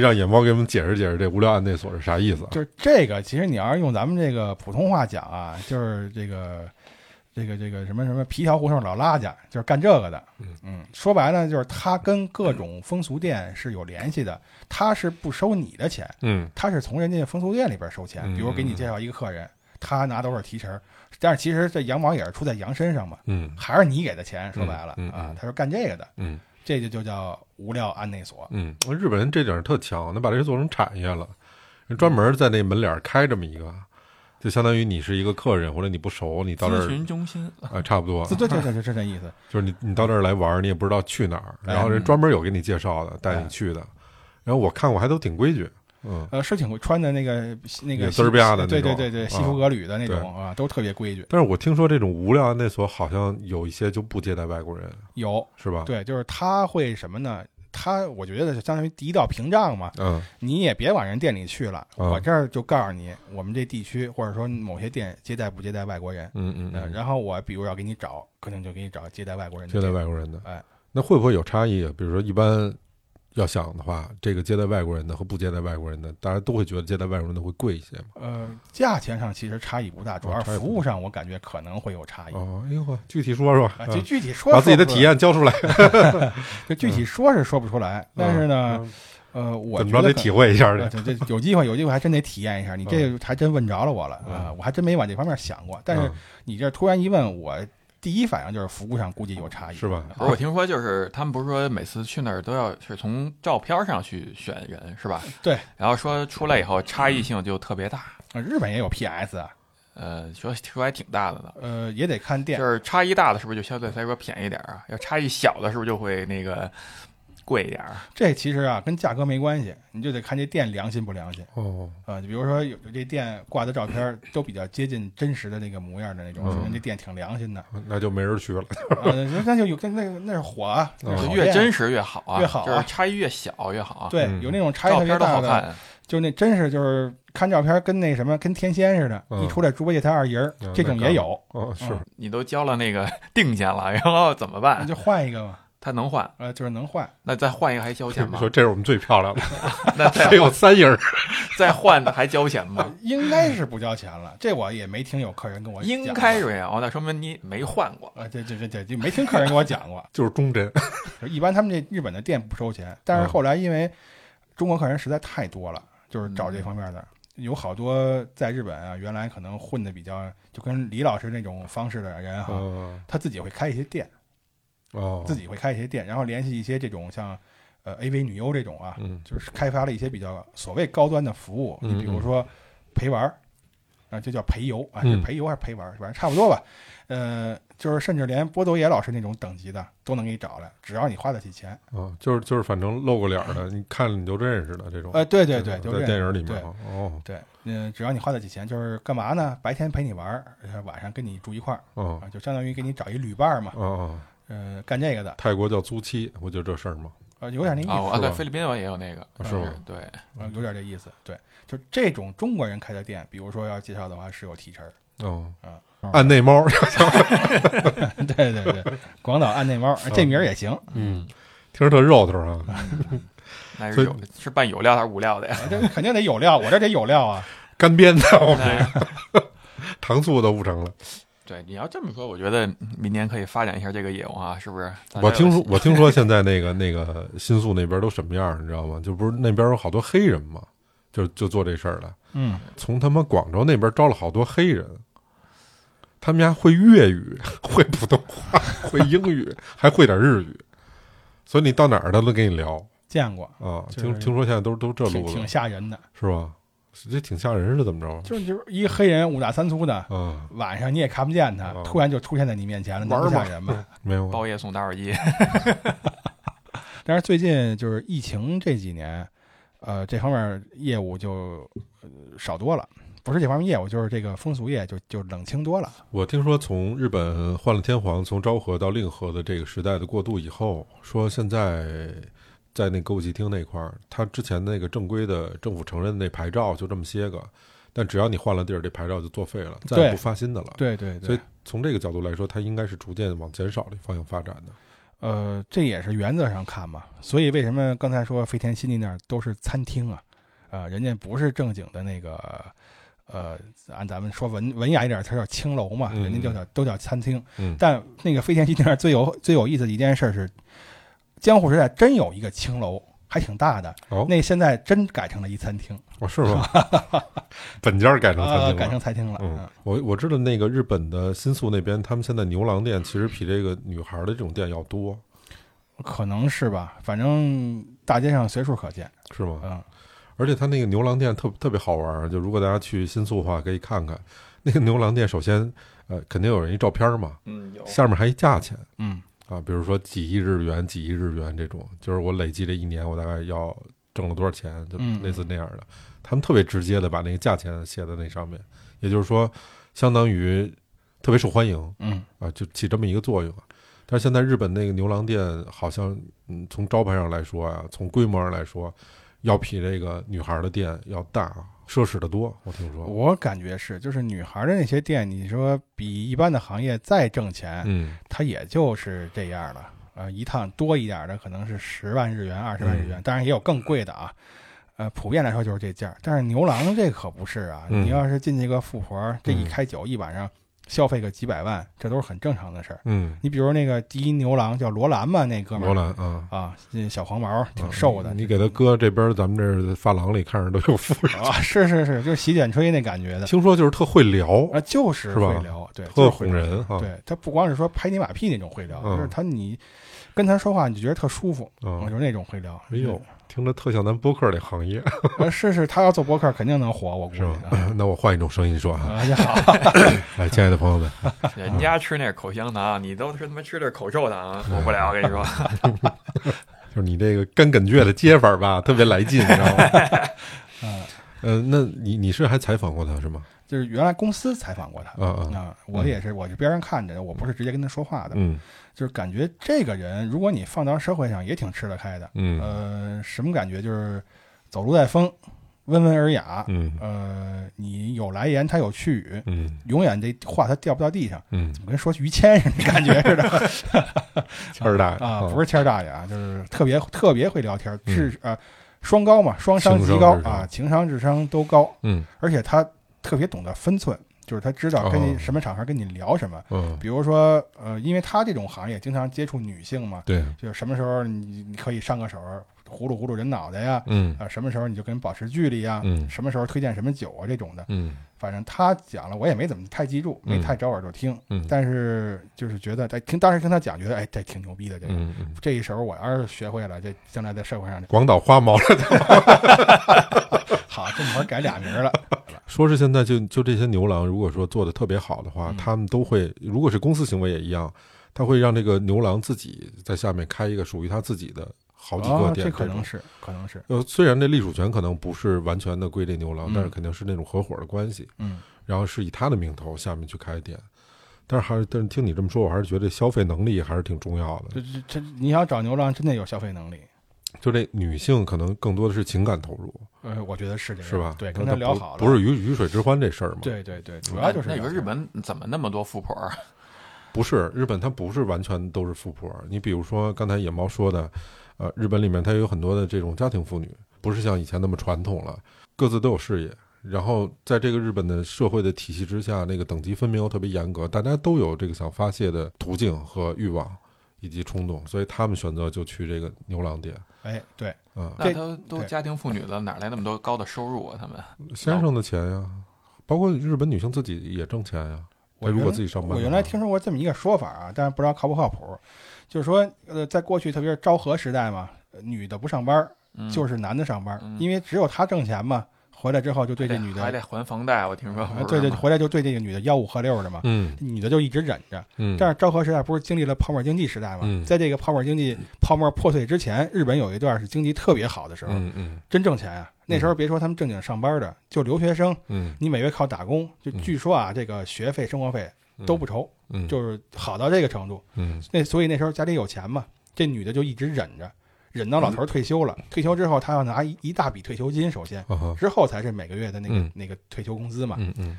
B: 让野猫给我们解释解释这无聊案内所是啥意思啊。
A: 就是这个，其实你要是用咱们这个普通话讲啊，就是这个这个这个什么什么皮条胡同老拉家，就是干这个的。嗯，说白了就是他跟各种风俗店是有联系的，他是不收你的钱，
B: 嗯
A: 他是从人家风俗店里边收钱。比如给你介绍一个客人，他拿多少提成儿，但是其实这羊毛也是出在羊身上嘛，
B: 嗯
A: 还是你给的钱。说白了
B: 嗯嗯
A: 啊
B: 嗯，
A: 他是干这个的，
B: 嗯
A: 这就就叫无料案内所。
B: 嗯，日本人这点儿特强，能把这做成产业了，人专门在那门脸儿开这么一个，就相当于你是一个客人或者你不熟，你到这
C: 咨
B: 儿
C: 询中心
B: 啊、差不多，
A: 对对对对，是这意思。
B: 就是你你到这儿来玩儿，你也不知道去哪儿，
A: 哎
B: 然后
A: 嗯
B: 人专门有给你介绍的，带你去的。然后我看过，还都挺规矩，嗯，
A: 呃，是挺会穿的那个那
B: 也
A: 个
B: 滋儿
A: 西
B: 吧的那
A: 对对
B: 种
A: 对对，西
B: 啊
A: 服革履的那
B: 对
A: 种啊，都特别规矩。
B: 但是我听说这种无料案内所好像有一些就不接待外国人，
A: 有
B: 是吧？，
A: 对，就是他会什么呢？他我觉得就相当于第一道屏障嘛，
B: 嗯
A: 你也别往人店里去了，
B: 嗯
A: 我这儿就告诉你，我们这地区或者说某些店接待不接待外国人，
B: 嗯嗯
A: 呃
B: 嗯，
A: 然后我比如要给你找，可能就给你找接待外国人的
B: 接
A: 店，
B: 待外国人的，
A: 哎，
B: 那会不会有差异啊？比如说，一般要想的话，这个接待外国人的和不接待外国人的，大家都会觉得接待外国人的会贵一些嘛？
A: 呃，价钱上其实差异不大，主要
B: 哦差异
A: 是
B: 不
A: 服务上我感觉可能会有差异。
B: 哦，哎呦呵，具体说说，
A: 啊，
B: 啊
A: 就具体说
B: 把自己
A: 说
B: 的体
A: 不出来，
B: 验交出来，
A: 就具体说是说不出来，但是呢，呃，我
B: 嗯怎么着得体会一嗯下
A: 啊
B: 的。
A: 这这有机会，有机会还真得体验一下。你这还真问着了我了
B: 嗯
A: 啊！我还真没往这方面想过。但是你这突然一问，我第一反应就是服务上估计有差异，
B: 是吧
C: 不是，我听说就是他们不是说每次去那儿都要是从照片上去选人是吧？
A: 对。
C: 然后说出来以后差异性就特别大，
A: 啊日本也有 PS 啊，
C: 呃，说听说还挺大的呢。
A: 呃，也得看店
C: 就。是差异大的是不是就相对来说便宜点儿啊？要差异小的是不是就会那个贵一点儿？
A: 这其实啊，跟价格没关系，你就得看这店良心不良心
B: 哦，
A: 啊。就比如说有有这店挂的照片都比较接近真实的那个模样的那种，
B: 嗯
A: 说明这店挺良心的啊。
B: 那就没人去了。
A: 那那就有那那那是火啊，那是
B: 嗯
A: 好
C: 越
A: 店
C: 真实越好啊，
A: 越好啊
C: 就是差异越小越好啊。
A: 对
B: 嗯，
A: 有那种差异
C: 照
A: 特别
C: 片都
A: 大
C: 好
A: 的，
C: 看，
A: 就那真是就是看照片跟那什么跟天仙似的，
B: 嗯
A: 一出来猪八戒他二爷儿
B: 嗯，
A: 这种也有，
B: 哦，是
A: 嗯
C: 你都交了那个 定金了，然后怎么
A: 那
C: 办？
A: 就换一个嘛，
C: 他能换，
A: 呃，就是能换。
C: 那再换一个还交 钱吗？
B: 说这是我们最漂亮的，
C: 那再
B: 还有三人儿。。
C: 再换的还交钱吗？
A: 应该是不交钱了，这我也没听有客人跟我讲过
C: 应该是没有，哦那说明你没换过。
A: 啊，这这这这就没听客人跟我讲过
B: 就是忠贞，
A: 就一般他们这日本的店不收钱，
B: 嗯
A: 但是后来因为中国客人实在太多了，就是找这
C: 嗯
A: 方面的。有好多在日本啊，原来可能混的比较就跟李老师那种方式的人哈，
B: 哦
A: 他自己会开一些店，啊
B: 哦，
A: 自己会开一些店，然后联系一些这种像呃 AV 女优这种啊，
B: 嗯
A: 就是开发了一些比较所谓高端的服务，
B: 嗯
A: 你比如说陪玩儿，啊，这叫陪游啊，
B: 嗯
A: 是陪游还是陪玩儿，反正差不多吧。呃，就是甚至连波多野老师那种等级的都能给你找来，只要你花得起钱。
B: 哦，就是就是，反正露过脸儿的，你看了你就认识的这种。
A: 呃，对对对，
B: 哦这
A: 就
B: 种
A: 是
B: 在电影里面
A: 对
B: 啊哦
A: 对，嗯、只要你花得起钱，就是干嘛呢？白天陪你玩儿，呃晚上跟你住一块儿
B: 哦
A: 啊，就相当于给你找一旅伴儿嘛
B: 哦，哦，
A: 呃，干这个的，
B: 泰国叫租妻，不就这事儿吗？
A: 呃，有点那意
C: 啊，
A: 思，
C: 我
B: 是吧
C: 啊对菲律宾我也有那个，
B: 啊是吗
C: 对，
A: 呃
B: 嗯
A: 有点这意思。对，就这种中国人开的店，比如说要介绍的话，是有提成儿。
B: 哦
A: 啊，
B: 按内猫，
A: 对对对，广岛按内猫，哎这名儿也 行。
B: 嗯，听着特肉头啊，
C: 那
B: 所以
C: 是有是办有料还是无料的呀？
A: 啊这肯定得有料，我这得有料 啊！
B: 干煸的，我们
C: 哎
B: 糖醋都不成了。
C: 对，你要这么说，我觉得明年可以发展一下这个业务啊，是不是？大家
B: 我
C: 有
B: 听说，我听说现在那个那个新宿那边都什么样儿，你知道吗？就不是那边有好多黑人嘛，就就做这事儿了。
A: 嗯，
B: 从他妈广州那边招了好多黑人，他们家会粤语， 会普通话，会英语，还会点日语，所以你到哪儿他都跟你聊
A: 见过，
B: 啊。
A: 就是
B: 听听说现在都都这
A: 挺
B: 路子
A: 挺吓人的。
B: 是吧？这挺吓人是怎么着？
A: 就是就是一黑人五大三粗的，
B: 啊，
A: 晚上你也看不见他
B: 哦，
A: 突然就出现在你面前了，那不
C: 玩
A: 吓
C: 嘛
A: 人 吗？
B: 没有啊
C: 包夜送打火机，
A: 但是最近就是疫情这几年，呃，这方面业务就呃少多了。不是这方面业务，就是这个风俗业就就冷清多了。
B: 我听说从日本换了天皇，从昭和到令和的这个时代的过渡以后，说现在在那歌舞伎町那块儿，他之前那个正规的政府承认的那牌照就这么些个，但只要你换了地儿，这牌照就作废了，再也
A: 对
B: 不发新的了。
A: 对对对，
B: 所以从这个角度来说，它应该是逐渐往减少的方向发展的。
A: 呃，这也是原则上看嘛。所以为什么刚才说飞天新地那儿都是餐厅啊？呃，人家不是正经的那个，呃，按咱们说文文雅一点，它叫青楼嘛，
B: 嗯
A: 人家就叫都叫餐厅。
B: 嗯
A: 但那个飞天新地那儿最有最有意思的一件事是，江户时代真有一个青楼，还挺大的。
B: 哦
A: 那现在真改成了一餐厅，
B: 哦，是吗？ 本家改成餐
A: 啊、
B: 厅了，
A: 改成餐厅了。
B: 嗯，我我知道那个日本的新宿那边，他们现在牛郎店其实比这个女孩儿的这种店要多，
A: 可能是吧，反正大街上随处可见。
B: 是吗？
A: 嗯，
B: 而且他那个牛郎店特特别好玩儿，就如果大家去新宿的话，可以看 看那个牛郎店。首先，呃，肯定有人一照片儿嘛，
C: 嗯，
A: 哦
C: 有
B: 下面还一价钱
A: 嗯，
B: 啊，比如说几亿日元、几亿日元这种，就是我累计这一年我大概要挣了多少钱，就
A: 嗯
B: 类似那样的。他们特别直接的把那个价钱写在那上面，也就是说，相当于特别受欢迎
A: 嗯，
B: 啊，就起这么一个作用。但是现在日本那个牛郎店好像，嗯，从招牌上来说啊，从规模上来说，要比这个女孩的店要大，啊奢侈的多。我听说，
A: 我感觉是，就是女孩的那些店，你说比一般的行业再挣钱，
B: 嗯，
A: 它也就是这样了。呃，一趟多一点的可能是十万日元、二十万
B: 嗯
A: 日元，当然也有更贵的啊。呃，普遍来说就是这价儿，但是牛郎这可不是啊。
B: 嗯
A: 你要是进去个富婆，这一
B: 嗯
A: 开酒一晚上消费个几百万，这都是很正常的事儿。
B: 嗯，
A: 你比如那个第一牛郎叫罗兰嘛，那哥们
B: 罗
A: 儿
B: 兰啊，
A: 啊，那小黄毛，挺
B: 啊
A: 瘦的
B: 你给他搁这边，咱们这发廊里看着都有富人。
A: 啊，是是是，就是洗剪吹那感觉的
B: 听说就是特会聊，
A: 啊，就是
B: 是吧
A: 会聊，对，就
B: 特
A: 是会
B: 哄
A: 聊。
B: 人哈。
A: 对他不光是说拍你马屁那种会聊，
B: 嗯
A: 就是他你跟他说话你就觉得特舒服，
B: 嗯
A: 就是那种会聊。
B: 哎呦，听着特像咱播客这行业，
A: 呃，是是，他要做播客肯定能火，我估
B: 是
A: 计
B: 吧
A: 啊。？
B: 那我换一种声音说啊，
A: 啊，也 好，
B: 哎，亲爱的朋友们，
C: 人家吃那是口香糖，你都是他妈吃的是口臭 糖，火不了。我跟你说，
B: 就是你这个干梗倔的接法吧，特别来劲，你知道吗？
A: 嗯，
B: 呃，那你你是还采访过他是吗？
A: 就是原来公司采访过他
B: 啊啊，
A: 啊，我也是，我是边上看着，我不是直接跟他说话的，
B: 嗯
A: 就是感觉这个人，如果你放到社会上也挺吃得开的，
B: 嗯
A: 呃，什么感觉？就是走路带风，温文尔雅，
B: 嗯
A: 呃，你有来言，他有去语，
B: 嗯
A: 永远这话他掉不到地上，
B: 嗯，
A: 跟说于谦似的感觉似
B: 啊
A: 的
B: 谦儿大
A: 啊，不
B: 是
A: 是谦儿大爷啊，就是特别特别会聊天，
B: 嗯
A: 智呃双高嘛，双商
B: 情
A: 极
B: 商
A: 高
B: 智商
A: 啊，情商智商都高，
B: 嗯
A: 而且他特别懂得分寸，就是他知道跟你
B: 哦
A: 什么场合跟你聊什么。
B: 嗯
A: 比如说，呃，因为他这种行业经常接触女性嘛，
B: 对
A: 就是什么时候你你可以上个手，呼噜呼噜人脑袋呀，
B: 嗯
A: 啊，什么时候你就跟人保持距离啊，
B: 嗯
A: 什么时候推荐什么酒啊这种的，
B: 嗯
A: 反正他讲了我也没怎么太记住，没
B: 嗯
A: 太找耳朵听，
B: 嗯
A: 但是就是觉得哎听当时听他讲，觉得哎这挺牛逼的这个。
B: 嗯嗯，
A: 这一手我要是学会了，这将来在社会上
B: 广岛花毛了。
A: 好，这会儿改俩名儿了。
B: 说是现在就就这些牛郎，如果说做的特别好的话，
A: 嗯
B: 他们都会，如果是公司行为也一样，他会让这个牛郎自己在下面开一个属于他自己的 好几个
A: 哦
B: 店。
A: 这可能
B: 种
A: 是，可能是，
B: 呃，虽然这隶属权可能不是完全的归这牛郎，
A: 嗯
B: 但是肯定是那种合伙的关系，
A: 嗯，
B: 然后是以他的名头下面去开店。但是还是，但是听你这么说，我还是觉得消费能力还是挺重要的
A: 这。这这，你要找牛郎，真的有消费能力。
B: 就这女性可能更多的是情感投入，
A: 呃，我觉得是这样，
B: 是吧？
A: 对，
B: 那
A: 跟
B: 她
A: 他聊
B: 不
A: 好了，
B: 不是，鱼嗯鱼水之欢这事儿嘛？，
A: 对对对，主要就是
C: 那你
A: 聊
C: 说
A: 天
C: 日本怎么那么多富婆啊？
B: 不是日本，它不是完全都是富婆。你比如说刚才野猫说的，呃，日本里面它有很多的这种家庭妇女，不是像以前那么传统了，各自都有事业。然后在这个日本的社会的体系之下，那个等级分明又特别严格，大家都有这个想发泄的途径和欲望以及冲动，所以他们选择就去这个牛郎店。
A: 哎，对，
B: 啊、
C: 那
A: 这
C: 都都
A: 对
C: 家庭妇女了，哪来那么多高的收入啊？他们
B: 先生的钱呀，包括日本女性自己也挣钱呀。
A: 我
B: 她如
A: 原
B: 果
A: 来
B: 自己上班的话，
A: 我原来听说过这么一个说法啊，但是不知道靠不靠谱，就是说，呃，在过去特别是昭和时代嘛，呃女的不上班儿，就是男的上班儿，
C: 嗯
A: 因为只有他挣钱嘛，回来之后就对
C: 还
A: 这
C: 得
A: 女的，
C: 还得还房贷，我听说
A: 啊
C: 不
A: 对
C: 是
A: 对，
C: 吗
A: 回来就对这个女的吆五喝六的嘛，
B: 嗯
A: 女的就一直忍着。
B: 嗯，
A: 但是昭和时代不是经历了泡沫经济时代嘛，
B: 嗯
A: 在这个泡沫经济泡沫破碎之前，日本有一段是经济特别好的时候，
B: 嗯嗯
A: 真挣钱啊。那时候别说他们正经上班的，就留学生，
B: 嗯
A: 你每月靠打工，就
B: 嗯
A: 据说啊，这个学费、生活费都不愁，
B: 嗯
A: 就是好到这个程度。
B: 嗯
A: 那所以那时候家里有钱嘛，这女的就一直忍着，忍到老头儿退休
B: 嗯
A: 了。退休之后，她要拿一一大笔退休金，首先
B: 啊哈
A: 之后才是每个月的那个、
B: 嗯
A: 那个退休工资嘛。
B: 嗯嗯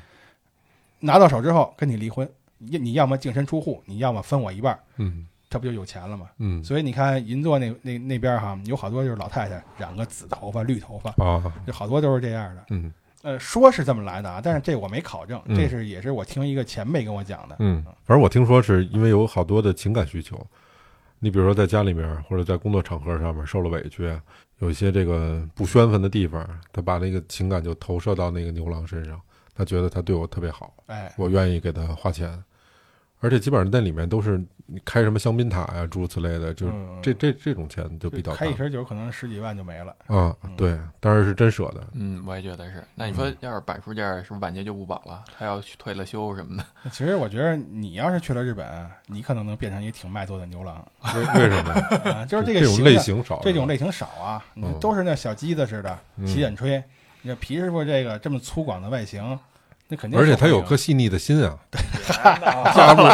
A: 拿到手之后跟你离婚，你你要么净身出户，你要么分我一半儿，
B: 嗯
A: 这不就有钱了吗？
B: 嗯
A: 所以你看银座那那那边儿哈，有好多就是老太太染个紫头发、绿头发，
B: 啊
A: 就好多都是这样的。
B: 嗯
A: 呃，说是这么来的啊，但是这我没考证，
B: 嗯
A: 这是也是我听一个前辈跟我讲的。
B: 嗯，反正我听说是因为有好多的情感需求，你比如说在家里面或者在工作场合上面受了委屈，有一些这个不宣愤的地方，他把那个情感就投射到那个牛郎身上，他觉得他对我特别好，
A: 哎，
B: 我愿意给他花钱，而且基本上那里面都是你开什么香槟塔呀、诸如此类的，就
A: 嗯
B: 这这这种钱就比较
A: 开
B: 大
A: 一嗯瓶酒可能十几万就没了。
B: 啊，对，当然是真舍得，
C: 嗯，我也觉得是。那你
A: 嗯
C: 说，要是板书这样，是不是晚节就不保了？他要去退了休什么的，
A: 那其实我觉得你要是去了日本，啊你可能能变成一挺卖座的牛郎，
B: 为为什么呀？
A: 啊、就是这
B: 这
A: 个
B: 种
A: 形
B: 类
A: 象，
B: 型少，
A: 这种类型少啊，你
B: 嗯
A: 都是那小鸡子似的
B: 嗯
A: 洗剪吹，你这皮师傅这个这么粗犷的外形，那肯定
B: 而且
A: 受
B: 他有
A: 欢迎
B: 颗细腻的心啊，加入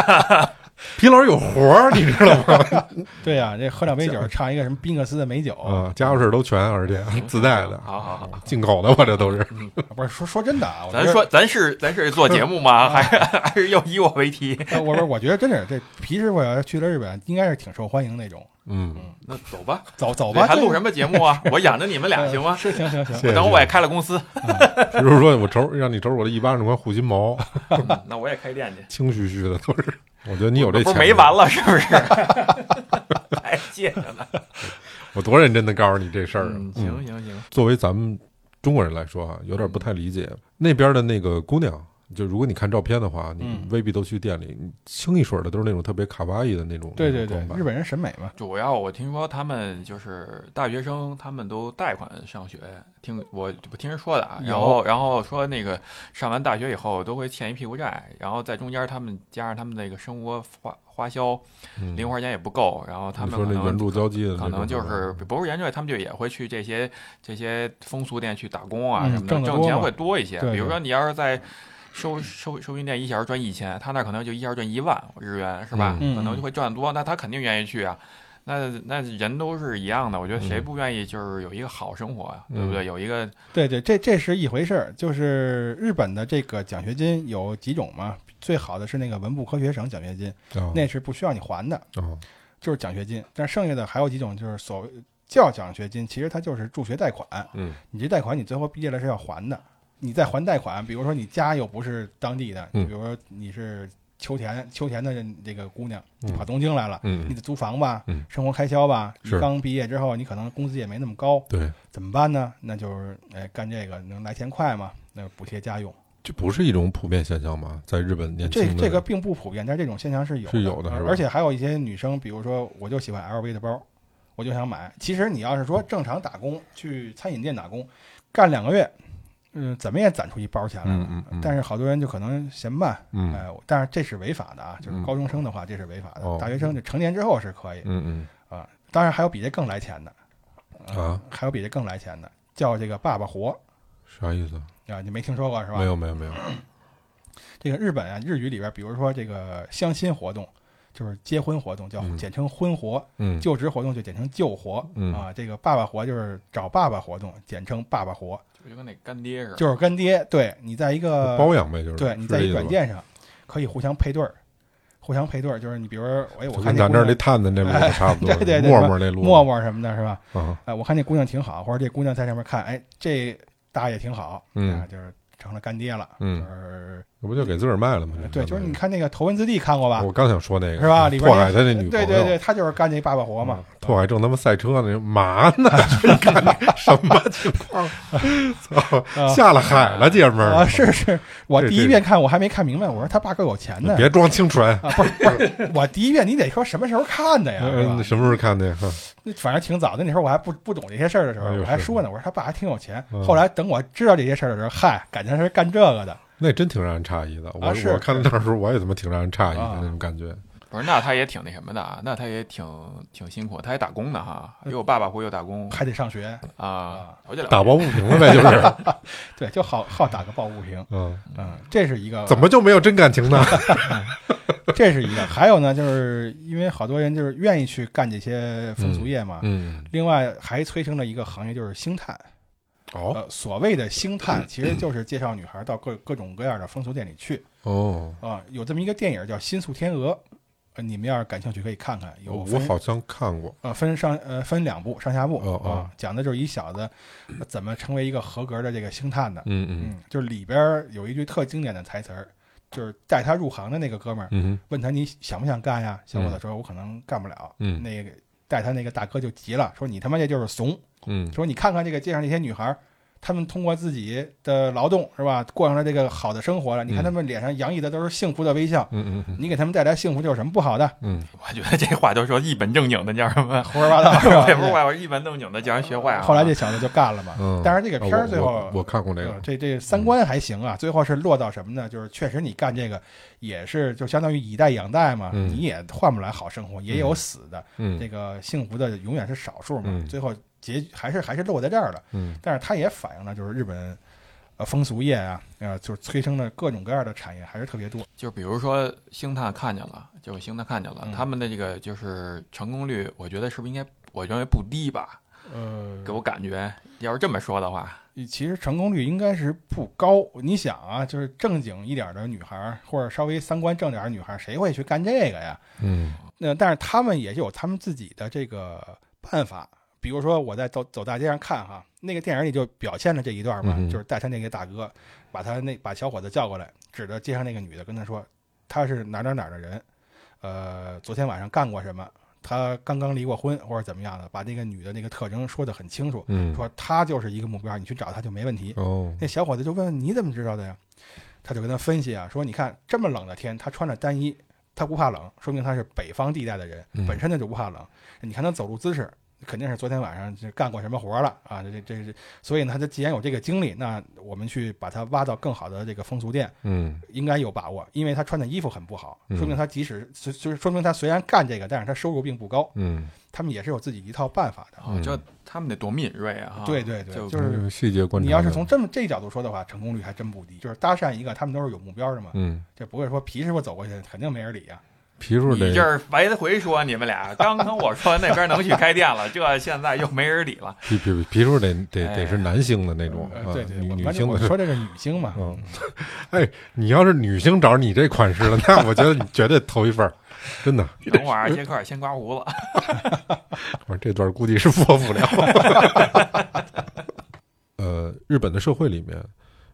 B: 皮老师有活儿，你知道吗？
A: 对呀、这喝两杯酒，唱一个什么宾克斯的美酒，
B: 啊，家伙事儿都全，而 且自带的，
C: 好好好，
B: 进口的，我这都是。
A: 不是说说真的 啊，我觉
C: 咱
A: 得嗯
C: 说咱是咱是做节目吗？还是还是要以我为题？
A: 呃我我我觉得真是这皮师傅要去了日本，应该是挺受欢迎那种。
B: 嗯，
C: 那走吧，
A: 走走
C: 我
A: 吧，
C: 还录什
A: 么
C: 么节目 啊？我养着你们俩行吗？
A: 是行行行，
B: 谢谢
C: 等我也开了 公司，
B: 比如说我瞅让你瞅我这一巴掌块护心毛，
C: 嗯那我也开店去。
B: 清虚虚的都是。我觉得你有这钱，
C: 不是没完。了，是不 是？还借着呢。
B: 我多认真的告诉你这事儿啊。
C: 嗯
B: 嗯
C: 行行行，
B: 作为咱们中国人来说啊，有点不太理解那边的那个姑娘。就如果你看照片的话，你
A: 嗯
B: 未必都去店里，你清一水儿的都是那种特别卡哇伊的那种。
A: 对
B: 那
A: 对
B: 种
A: 对
B: 装，扮
A: 日本人审美嘛，
C: 主要我听说他们就是大学生，他们都贷款上学，听我我听人说的啊。
A: 有
C: 然后然后说那个上完大学以后都会欠一屁股债，然后在中间他们加上他们那个生活花花销，
B: 嗯
C: 零花钱也不够，然后他
B: 你
C: 们
B: 说
C: 可
B: 那
C: 能
B: 援助交际的那种
C: 可能就
B: 装扮
C: 是不是援助，他们就也会去这些这些风俗店去打工啊
A: 嗯
C: 什么的，
A: 挣得
C: 挣
A: 多
C: 钱
A: 嘛
C: 会多一些。
A: 对
C: 比如
A: 对
C: 说你要是在收收收银店一小时赚一千，他那可能就一小时赚一万日元，是吧？
A: 嗯
C: 可能就会赚得多，那他肯定愿意去啊。那那人都是一样的，我觉得谁
B: 嗯
C: 不愿意就是有一个好生活呀、
B: 嗯
C: 对不对？有一个
A: 对对，这这是一回事儿。就是日本的这个奖学金有几种嘛，最好的是那个文部科学省奖学金，
B: 哦
A: 那是不需要你还的，
B: 哦
A: 就是奖学金。但剩下的还有几种，就是所谓叫奖学金，其实它就是助学贷款。
B: 嗯
A: 你这贷款你最后毕业了是要还的，你再还贷款，比如说你家又不是当地的，
B: 嗯
A: 你比如说你是秋田秋田的人这个姑娘，你
B: 嗯
A: 跑东京来了，你
B: 嗯，
A: 得租房吧，
B: 嗯
A: 生活开销吧，你
B: 是
A: 刚毕业之后你可能工资也没那么高，
B: 对，
A: 怎么办呢？那就是哎干这个能来钱快嘛，那补贴家用，
B: 这不是一种普遍现象吗？在日本年轻
A: 这
B: 的
A: 这个并不普遍，但是这种现象是有
B: 呃
A: 呃
B: 是有的是吧
A: 而且还有一些女生，比如说我就喜欢 LV 的包，我就想买。其实你要是说正常打工，去餐饮店打工，干两个月，嗯，怎么也攒出一包钱来了。
B: 嗯嗯嗯
A: 但是好多人就可能嫌慢，
B: 嗯
A: 哎、但是这是违法的啊，就是
B: 嗯
A: 高中生的话这是违法的，
B: 哦
A: 大学生就成年之后是可以
B: 嗯
A: 啊。当然还有比这更来钱的，
B: 嗯啊，
A: 还有比这更来钱的，叫这个爸爸活
B: 啥意思？
A: 啊，你没听说过是吧？
B: 没有没有没有，
A: 这个日本啊，日语里边，比如说这个相亲活动，就是结婚活动，叫
B: 嗯
A: 简称婚活；
B: 嗯
A: 就职活动就简称就活。
B: 嗯
A: 啊，这个爸爸活就是找爸爸活动，简称爸爸活，
C: 就就跟那干爹似的，
A: 就是干爹。对你在一个
B: 包养呗，就是
A: 呃对你
B: 是
A: 在
B: 这
A: 一
B: 意思吧
A: 软件上可以互相配对儿，互相配对儿，就是你比如说，哎，我
B: 就
A: 看
B: 跟
A: 那
B: 咱这
A: 姑
B: 儿那
A: 娘
B: 探探那路子差不多，
A: 哎对对对
B: 陌陌那路子，
A: 陌陌什么的，是吧？
B: 啊，
A: 哎，我看这姑娘挺好，或者这姑娘在上面看，哎，这大爷挺好，
B: 嗯
A: 啊，就是成了干爹了，
B: 嗯
A: 就是
B: 这不就给自个儿卖了吗？
A: 对，就是你看那个《头文字 D》看过吧？
B: 我刚想说那个
A: 是吧里边
B: 拓海他那女朋
A: 对
B: 友，嗯
A: 对对，他就是干这爸爸活嘛。
B: 拓海正他妈赛车呢，嘛呢？ 这干什么 情况？ 操，
A: 啊
B: 下了海了，姐们
A: 啊，
B: 儿，
A: 是是，我
B: 这
A: 第一
B: 这
A: 遍看我还没看明白，我说他爸够有钱的
B: 别装清纯。
A: 啊，不是不是，我第一遍你得说什么时候看的呀，是
B: 嗯，
A: 吧
B: 你？什么时候看的？
A: 那反正挺早的，那时候我还不不懂这些事儿的时候，
B: 哎呦
A: 我还
B: 是
A: 说呢，我说他爸还挺有钱。
B: 嗯
A: 后来等我知道这些事儿的时候，嗨，感情是干这个的，
B: 那真挺让人诧异的。我
A: 啊是
B: 我看到那时候，我也他妈挺让人诧异的
A: 啊
B: 那种感觉。
C: 不是？那他也挺那什么的啊，那他也挺挺辛苦，他还打工呢哈，
A: 嗯
C: 又爸爸活又打工
A: 还得上学，
C: 啊，了解了解
B: 打抱不平了 呗，就是，
A: 对，就好好打个抱不平，
B: 嗯，
A: 嗯，这是一个
B: 怎么就没有真感情呢？
A: 啊这是一个，还有呢，就是因为好多人就是愿意去干这些风俗业嘛。
B: 嗯，
A: 另外还催生了一个行业，就是星探。
B: 哦
A: 呃，所谓的星
B: 嗯
A: 探，其实就是介绍女孩到各各种各样的风俗店里去
B: 哦，
A: 啊、有这么一个电影叫《新宿天鹅》，呃，你们要是感兴趣可以看看。有
B: 哦我
A: 分
B: 好像看过，
A: 呃分上呃分两部上下部啊、
B: 哦哦
A: 讲的就是一小子呃怎么成为一个合格的这个星探的。
B: 嗯嗯
A: 嗯，就是里边儿有一句特经典的台词儿，就是带他入行的那个哥们儿
B: 嗯
A: 问他你想不想干呀？小伙子说，我可能干不了。
B: 嗯
A: 那个带他那个大哥就急了，说你他妈这就是怂。
B: 嗯
A: 说你看看这个街上这些女孩儿，她们通过自己的劳动是吧，过上了这个好的生活了。你看她们脸上洋溢的都是幸福的微笑，
B: 嗯嗯
A: 你给她们带来幸福，就有什么不 好的？
B: 嗯
C: 我觉得这话都说一本正经的叫什么？
A: 胡说八道是吧？
C: 我也不是外国一本正经的叫人学坏啊。
A: 后来这小子就干了嘛。
B: 嗯，
A: 但是这个片儿
B: 我
A: 最
B: 我
A: 后
B: 我嗯看过那
A: 呃
B: 个，
A: 这这三观还行啊，最后是落到什么呢？就是确实你干这个也是就相当于以贷养贷嘛，
B: 嗯
A: 你也换不来好生活，也有死的，这
B: 嗯
A: 个幸福的永远是少数嘛。
B: 嗯
A: 最后结局还是还是落在这儿了。
B: 嗯
A: 但是它也反映了就是日本，呃风俗业啊，呃，就是催生的各种各样的产业还是特别多。
C: 就比如说星探看见了，就星探看见了，
A: 嗯
C: 他们的这个就是成功率，我觉得是不是应该，我认为不低吧？
A: 呃
C: 给我感觉，要是这么说的话，
A: 其实成功率应该是不高。你想啊，就是正经一点的女孩儿，或者稍微三观正点儿的女孩儿，谁会去干这个呀？
B: 嗯
A: 那但是他们也有他们自己的这个办法，比如说我在走走大街上看哈，那个电影里就表现了这一段嘛，
B: 嗯哼
A: 就是带他那个大哥，把他那把小伙子叫过来，指着街上那个女的跟他说，她是哪儿哪儿哪儿的人，呃，昨天晚上干过什么，她刚刚离过婚或者怎么样的，把那个女的那个特征说得很清楚，
B: 嗯，
A: 说她就是一个目标，你去找她就没问题。
B: 哦，
A: 那小伙子就问你怎么知道的呀？他就跟他分析啊，说你看这么冷的天，他穿着单衣，他不怕冷，说明他是北方地带的人
B: 嗯，
A: 本身他就不怕冷。你看他走路姿势，肯定是昨天晚上是干过什么活了啊！这这这这，所以呢，他既然有这个经历，那我们去把他挖到更好的这个风俗店，
B: 嗯
A: 应该有把握，因为他穿的衣服很不好，
B: 嗯
A: 说明他即使虽虽说明他虽然干这个，但是他收入并不高。
B: 嗯，
A: 他们也是有自己一套办法的。
C: 哦，就他们得多敏锐啊！哈
A: 嗯对对对，
C: 就
A: 就是
B: 这个细节观察。
A: 你要是从这么这角度说的话，成功率还真不低。就是搭讪一个，他们都是有目标的嘛，
B: 嗯，
A: 这不会说皮师傅走过去肯定没人理啊。
B: 皮叔
C: 你
B: 得
C: 这是来回说你们俩，刚刚我说那边能去开店了，这现在又没人理了。
B: 皮皮皮叔得得
C: 哎
B: 得是男星的那种
A: 呃
B: 啊
A: 对，对，
B: 女
A: 我
B: 女
A: 反正
B: 星
A: 我
B: 的
A: 说这是女星嘛，
B: 嗯， 哎，你要是女星找你这款式了， 那我觉得你绝对头一份儿，真的。
C: 等会儿啊杰克尔先刮胡子，
B: 我说这段估计是播不了。 呃，日本的社会里面，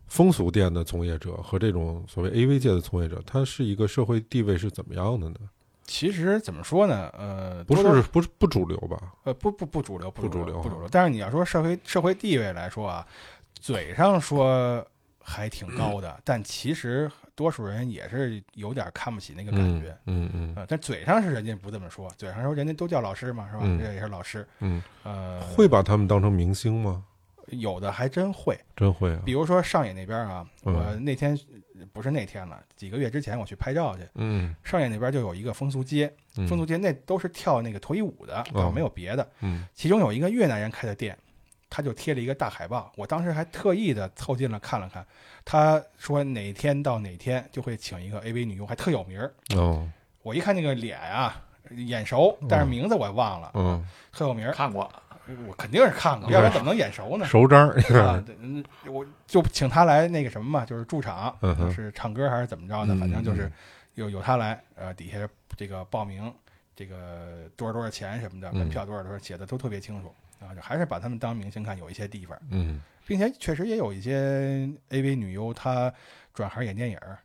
B: 风俗店的从业者和这种所谓 AV 界的从业者，他是一个社会地位是怎么样的呢？
A: 其实怎么说呢，呃，
B: 不
A: 多多
B: 是不是不主流吧？
A: 呃不不不主流，不
B: 不主流啊
A: 流，不主流。但是你要说社会社会地位来说啊，嘴上说还挺高的，但其实多数人也是有点看不起那个感觉。
B: 嗯嗯
A: 呃，但嘴上是人家不这么说，嘴上说人家都叫老师嘛，是吧？
B: 嗯
A: 这也是老师，
B: 嗯
A: 呃，
B: 嗯，会把他们当成明星吗？
A: 有的还真会，
B: 真会啊
A: 比！如说上野那边啊，
B: 嗯
A: 我那天不是那天了，几个月之前我去拍照去，
B: 嗯，
A: 上野那边就有一个风俗街，
B: 嗯
A: 风俗街那都是跳那个脱衣舞的，倒没有别的。
B: 嗯
A: 其中有一个越南人开的店，他就贴了一个大海报，我当时还特意的凑近了看了看，他说哪天到哪天就会请一个 AV 女优，还特有名儿。
B: 哦
A: 我一看那个脸啊。眼熟，但是名字我忘了，
B: 嗯，
A: 特有名儿，
C: 看过，
A: 我肯定是看过，要不然怎么能眼熟呢？
B: 熟 章儿，
A: 啊，对嗯我就请他来那个什么嘛，就是驻场啊
B: 嗯，哼
A: 是唱歌还是怎么着的，反正就
B: 嗯
A: 是
B: 嗯
A: 有有他来，呃，底下这个报名，这个多少多少钱什么的，
B: 嗯
A: 门票多少多少写的都特别清楚啊，就还是把他们当明星看，有一些地方，
B: 嗯，
A: 并且确实也有一些 AV 女优她转行演电影儿，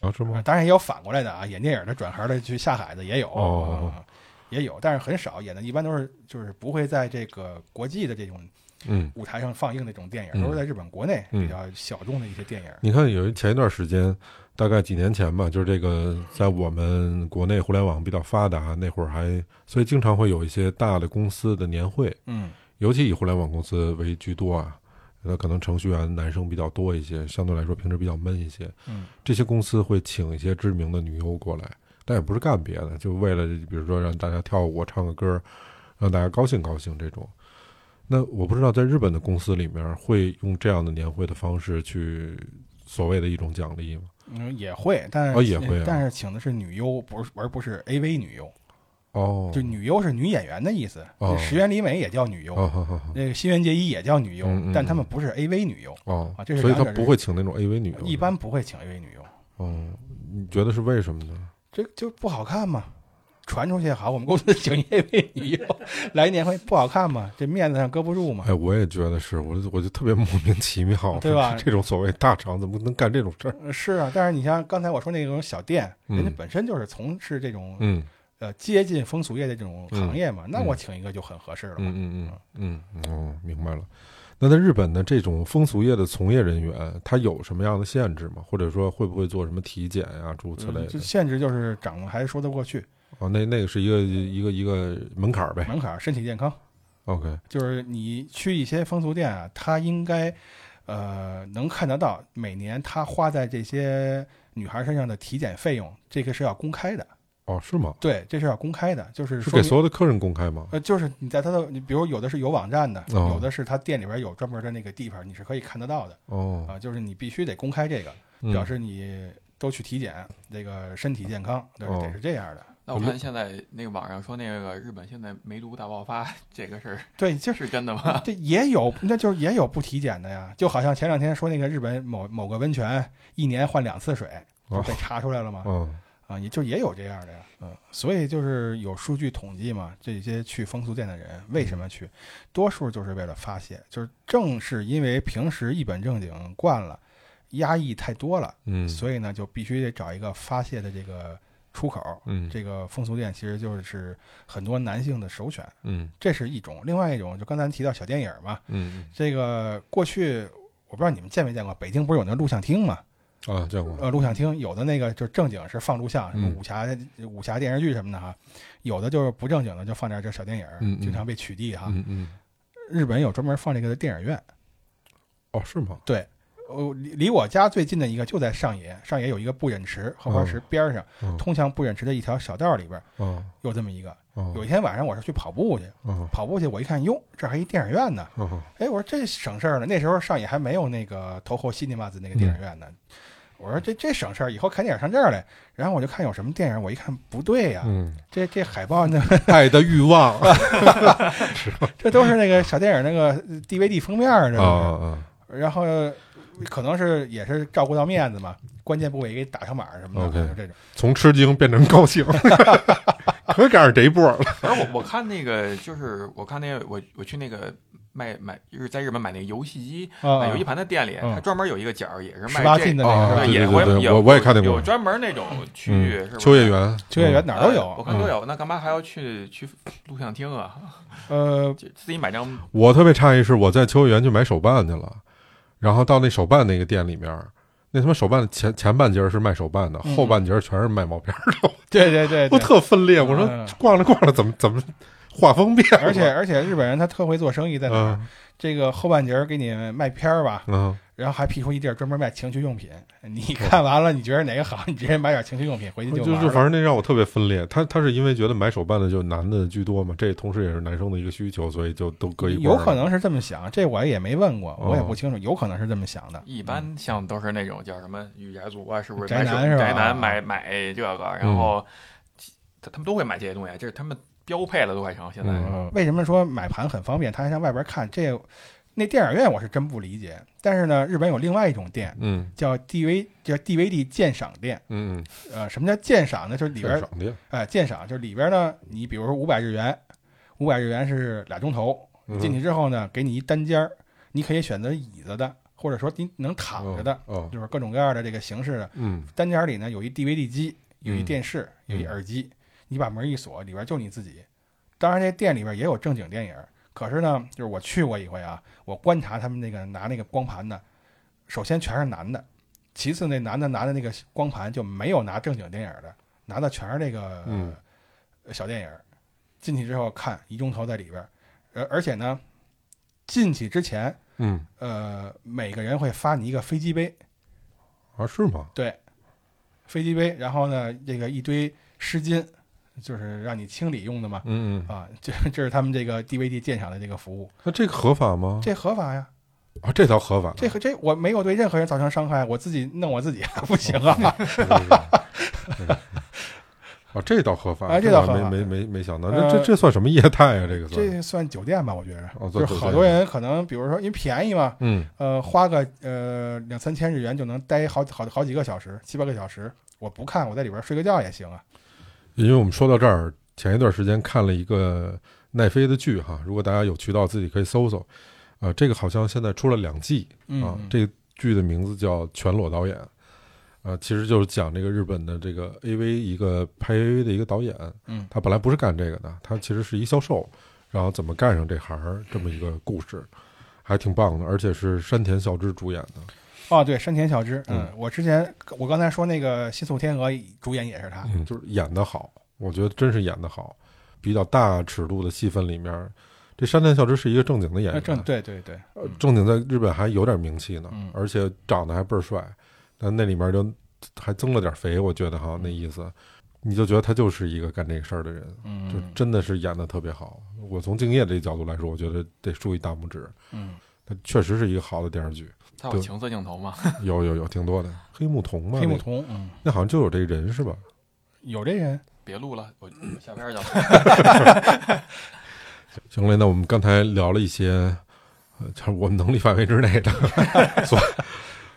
B: 啊是
A: 啊
B: 吗？
A: 当然也有反过来的啊，演电影的转行的去下海的也有。
B: 哦
A: 啊也有，但是很少演的，一般都是就是不会在这个国际的这种
B: 嗯，
A: 舞台上放映那种电
B: 嗯
A: 影，都是在日本国内
B: 嗯
A: 比较小众的一些电影。
B: 你看，有一前一段时间，大概几年前吧，就是这个在我们国内互联网比较发达那会儿还，所以经常会有一些大的公司的年会，
A: 嗯
B: 尤其以互联网公司为居多啊。那可能程序员男生比较多一些，相对来说平时比较闷一些。
A: 嗯
B: 这些公司会请一些知名的女优过来，但也不是干别的，就为了比如说让大家跳舞、唱个歌，让大家高兴高兴这种。那我不知道在日本的公司里面会用这样的年会的方式去所谓的一种奖励吗？
A: 嗯，也会，但是、嗯
B: 哦也会啊
A: 但是请的是女优，不是而不是 AV 女优，
B: 哦，
A: 就女优是女演员的意思。
B: 哦
A: 石原里美也叫女优，
B: 哦，好好好，
A: 那个新垣结衣也叫女优，
B: 嗯嗯
A: 但他们不是 AV 女优，
B: 哦
A: 啊这，是
B: 所以他
A: 两者
B: 不会请那种 AV 女优，
A: 一般不会请 AV 女优，
B: 哦，你觉得是为什么呢？
A: 这就不好看嘛。传出去好，我们公司请 AV 女优 来年会不好看嘛，这面子上搁不住嘛。
B: 哎，我也觉得是，我就我就特别 莫名其妙，
A: 对吧
B: 这种所谓大厂怎么能干这种事儿？
A: 呃是啊，但是你像刚才我说那种小店，人家
B: 嗯
A: 本身就是从事这种
B: 嗯
A: 呃接近风俗业的这种行业嘛，那
B: 嗯
A: 我请一个就很合适了嘛。
B: 嗯嗯嗯嗯嗯，哦，明白了。那在日本的这种风俗业的从业人员，他有什么样的限制吗？或者说会不会做什么体检呀、诸如此类
A: 嗯就
B: 的？
A: 限制就是长得还说得过去，
B: 哦，那那个是一个一个一个门槛儿呗。
A: 门槛儿身体健康，
B: OK，
A: 就是你去一些风俗店啊，他应该呃能看得到每年他花在这些女孩身上的体检费用，这个是要公开的。
B: 哦，是吗？
A: 对，这是要公开的，就是
B: 是
A: 说
B: 给
A: 明
B: 所有的客人公开吗？
A: 呃，就是你在他的，你比如有的是有网站的，
B: 哦
A: 有的是他店里边有专门的那个地方，你是可以看得到的
B: 哦，
A: 啊。就是你必须得公开这个，
B: 嗯
A: 表示你都去体检，这个身体健康，对，
B: 哦
A: 得是这样的。
C: 那我看现在那个网上说那个日本现在梅毒大爆发，这个事儿
A: 对，就是
C: 真的吗？
A: 这也有，那就是也有不体检的呀。就好像前两天说那个日本某某个温泉一年换两次水，就
B: 哦
A: 被查出来了嘛。
B: 嗯，
A: 啊，也就也有这样的呀，嗯，所以就是有数据统计嘛，这些去风俗店的人为什么去，多数就是为了发泄，就是正是因为平时一本正经惯了，压抑太多了，
B: 嗯，
A: 所以呢就必须得找一个发泄的这个出口。
B: 嗯，
A: 这个风俗店其实就是很多男性的首选，
B: 嗯
A: 这是一种；另外一种就刚才提到小电影嘛，
B: 嗯
A: 这个过去我不知道你们见没见过，北京不是有那录像厅嘛？
B: 嗯啊，这样吧，
A: 呃，录像厅有的那个就是正经是放录像，什么
B: 嗯
A: 武侠、武侠电视剧什么的哈，有的就是不正经的就放点这小电影儿，
B: 嗯嗯
A: 经常被取缔哈。
B: 嗯嗯，
A: 日本有专门放这个的电影院，
B: 哦，是吗？
A: 对，呃，离离我家最近的一个就在上野，上野有一个不忍池荷花池边儿上，
B: 嗯
A: 通向不忍池的一条小道里边儿
B: 哦
A: 有这么一个。有
B: 哦
A: 一天晚上我是去跑步去，
B: 哦
A: 跑步去我一看，哟，这还一电影院呢，
B: 哦，
A: 哎，我说这省事儿了。那时候上野还没有那个头后西尼玛子那个电影院呢。我说这这省事儿，以后看电影上这儿来。然后我就看有什么电影，我一看不对呀、
B: 嗯，
A: 这这海报那
B: 爱的欲望啊
A: 这都是那个小电影那个 DVD 封面儿
B: 啊
A: 这都
B: 啊
A: 是。然后可能是也是照顾到面子嘛，关键部位给打上码儿什么的
B: OK
A: 就这种。
B: 从吃惊变成 高兴， 可赶上这一波了。
C: 而我我看那个就是我看那个我我去那个卖买日在日本买那个游戏机，
A: 啊
C: 买游戏盘的店里，
A: 嗯
C: 它专门有一个角儿也是卖
A: 18
C: 这
A: 禁的那
B: 啊
A: 个是吧
B: 对
C: 也
B: 对对
C: 会
B: 对
C: 有
B: 我我也看见过
C: 有专门那种区域，是
B: 嗯
C: 不，是
B: 秋叶原，嗯
A: 秋叶原哪儿都
C: 呃我
A: 有。
C: 看都有，那干嘛还要去去录像厅啊？
A: 呃，
C: 就自己买张
B: 我特别诧异是我在秋叶原去买手办去了，然后到那手办那个店里面，那他妈手办前前半截儿是卖手办的，
A: 嗯
B: 后半截儿全是卖毛片 儿的，
A: 对对对
B: 我
A: 对。
B: 特分裂。我
A: 嗯
B: 说逛着逛着怎么怎么画风变了？
A: 而且而且日本人他特会做生意，在哪儿？
B: 嗯
A: 这个后半截儿给你卖片儿吧，
B: 嗯
A: 然后还辟出一地儿专门卖情趣用品。你看完了，你觉得哪个好，你直接买点情趣用品回去
B: 就
A: 玩
B: 就
A: 了。
B: 反正那让我特别分裂。他他是因为觉得买手办的就男的居多嘛，这同时也是男生的一个需求，所以就都搁一哦块儿
A: 有可能是这么想，这我也没问过，我也不清楚，有可能是这么想的。
C: 一
B: 嗯
C: 般像都是那种叫什么御宅族啊，是不是
A: 宅
C: 买手？
A: 男是吧
C: 宅
B: 啊
C: 男买买这个，
B: 嗯
C: 然后他他们都会买这些东西，啊这是他们标配了，都快成现在。
B: 嗯
A: 为什么说买盘很方便？他还上外边看这，那电影院我是真不理解。但是呢，日本有另外一种店
B: 嗯
A: 叫 DV 叫 DVD 鉴赏店。
B: 嗯嗯，
A: 呃，什么叫鉴赏呢？就是里
B: 里
A: 边
B: 爽的
A: 哎鉴赏，就是里边呢，你比如说五百日元，五百日元是俩钟头，
B: 嗯
A: 进去之后呢，给你一单间儿，你可以选择椅子的，或者说你能躺着的，
B: 哦，哦
A: 就是各种各样的这个形式的。
B: 嗯
A: 单间儿里呢有一 DVD 机，有一电视，
B: 嗯
A: 有一耳机，你把门一锁，里边就你自己。当然，这店里边也有正经电影儿，可是呢，就是我去过一回啊，我观察他们那个拿那个光盘的，首先全是男的，其次那男的拿的那个光盘就没有拿正经电影儿的，拿的全是那个、
B: 嗯
A: 呃小电影儿。进去之后看一钟头在里边儿，而而且呢，进去之前，
B: 嗯
A: 呃，每个人会发你一个飞机杯，
B: 啊是吗？
A: 对，飞机杯，然后呢，这个一堆湿巾，就是让你清理用的嘛。
B: 嗯嗯，
A: 啊， 这这是他们这个 DVD 鉴赏的这个服务，
B: 那这个合法吗？
A: 这合法呀？
B: 啊，这条合法的，
A: 这和这我没有对任何人造成伤害，我自己弄我自己 还不行啊？
B: 啊， 哦这倒合法
A: 哎这
B: 倒
A: 倒合法
B: 没没没没想到，
A: 呃
B: 这这这算什么业态啊？这个算，
A: 这算酒店吧？我觉着，
B: 哦
A: 就是好多人可能，比如说因为便宜嘛，
B: 嗯
A: 呃，花个呃两三千日元就能待好好好几个小时，七八个小时，我不看，我在里边睡个觉也行啊。
B: 因为我们说到这儿，前一段时间看了一个奈飞的剧哈，如果大家有渠道自己可以搜搜，啊，这个好像现在出了两季啊，
A: 嗯，
B: 这个剧的名字叫《全裸导演》，啊，其实就是讲这个日本的这个 AV 一个拍 AV 的一个导演，
A: 嗯
B: 他本来不是干这个的，他其实是一销售，然后怎么干上这行儿这么一个故事，还挺棒的，而且是山田孝之主演的。
A: 哦，对，山田孝之，
B: 嗯
A: 嗯，我之前我刚才说那个《新宿天鹅》主演也是他，
B: 嗯，就是演得好，我觉得真是演得好。比较大尺度的戏份里面，这山田孝之是一个正经的演
A: 那
B: 员，
A: 正对对对，
B: 呃正经在日本还有点名气呢，
A: 嗯
B: 而且长得还倍儿帅，但那里面就还增了点肥，我觉得哈那意思。你就觉得他就是一个干这个事儿的人，
A: 嗯，
B: 就真的是演的特别好。我从敬业这角度来说，我觉得得竖一大拇指，
A: 嗯，
B: 它确实是一个好的电视 剧，
C: 它有
B: 对
C: 情色镜头吗？
B: 有有有挺多的。黑木瞳嘛，
A: 黑木
B: 那个
A: 瞳，嗯，
B: 那好像就有这人是吧？
A: 有这人，
C: 别录了，我下边儿去了。
B: 行嘞，那我们刚才聊了一些，呃，就是我们能力范围之内的 所